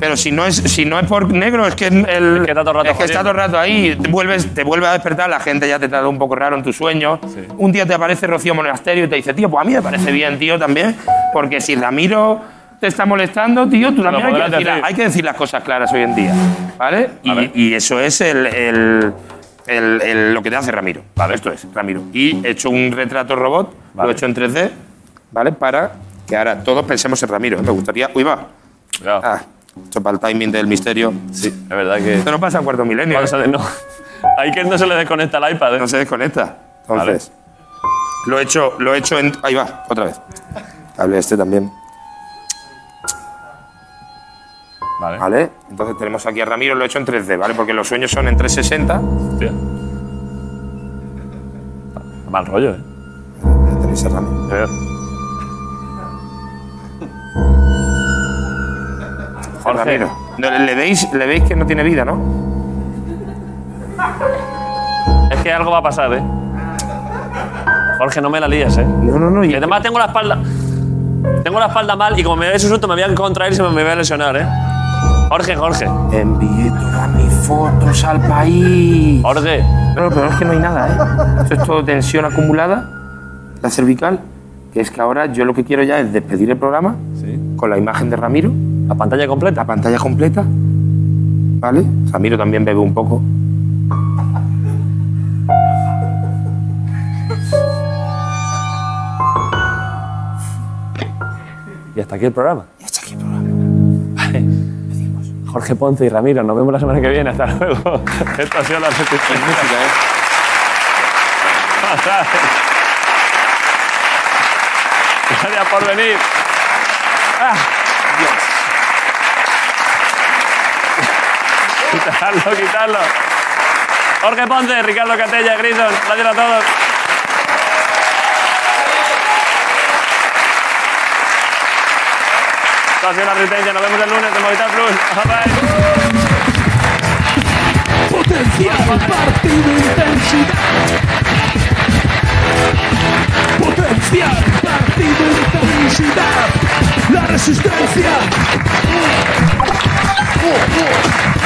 pero si, no, es, si no es por negro, es que el, está todo el rato, ahí, te, vuelves, te vuelve a despertar, la gente ya te trata un poco raro en tus sueños. Un día te aparece Rocío Monasterio y te dice, tío, pues a mí me parece bien, tío, también, porque si Ramiro te está molestando, tío, tú también hay que, podrás decir, decir. hay que decir las cosas claras hoy en día, ¿vale? Y, y eso es el- el- el- el- lo que te hace Ramiro, ¿vale? Esto es, Ramiro. Y he hecho un retrato robot, lo he hecho en 3D, ¿vale? Para que ahora todos pensemos en Ramiro. ¿eh? Me gustaría. Uy, va. Ah, esto para el timing del misterio. Sí, la verdad que. Esto no pasa en cuarto milenio. ¿eh? Pasa de- no. Ahí que no se le desconecta el iPad, ¿eh? No se desconecta. Entonces, lo he hecho, lo he hecho en. Ahí va, otra vez. Hablé este también. Vale. Entonces tenemos aquí a Ramiro, lo he hecho en 3D, ¿vale? Porque los sueños son en 360. Mal rollo, ¿eh? Luis Serrano. Ya veo. Jorge. No, le, le veis, le veis que no tiene vida, ¿no? Es que algo va a pasar, ¿eh? Jorge, no me la lías, ¿eh? No, no, no. Y además tengo la espalda... Tengo la espalda mal y como me veáis un susto me voy a contraer y se me me voy a lesionar, ¿eh? Jorge, Jorge. Envié todas mis fotos al país. Jorge. No, pero es que no hay nada, ¿eh? Esto es todo tensión acumulada, la cervical, que es que ahora yo lo que quiero ya es despedir el programa con la imagen de Ramiro. La pantalla completa. La pantalla completa. ¿Vale? Ramiro también bebe un poco. Y hasta aquí el programa. Y hasta aquí el programa. Vale. Jorge Ponce y Ramiro, nos vemos la semana que viene. Hasta luego. Esta ha sido la repetición. ¿eh? Gracias por venir. Ah. Quitarlo, quitarlo. Jorge Ponce, Ricardo Catella, Grison, gracias a todos. Esta ha sido la resistencia. Nos vemos el lunes en Movistar Plus. Potencial, partido, intensidad. Potencial, partido, intensidad. La resistencia. Oh, oh.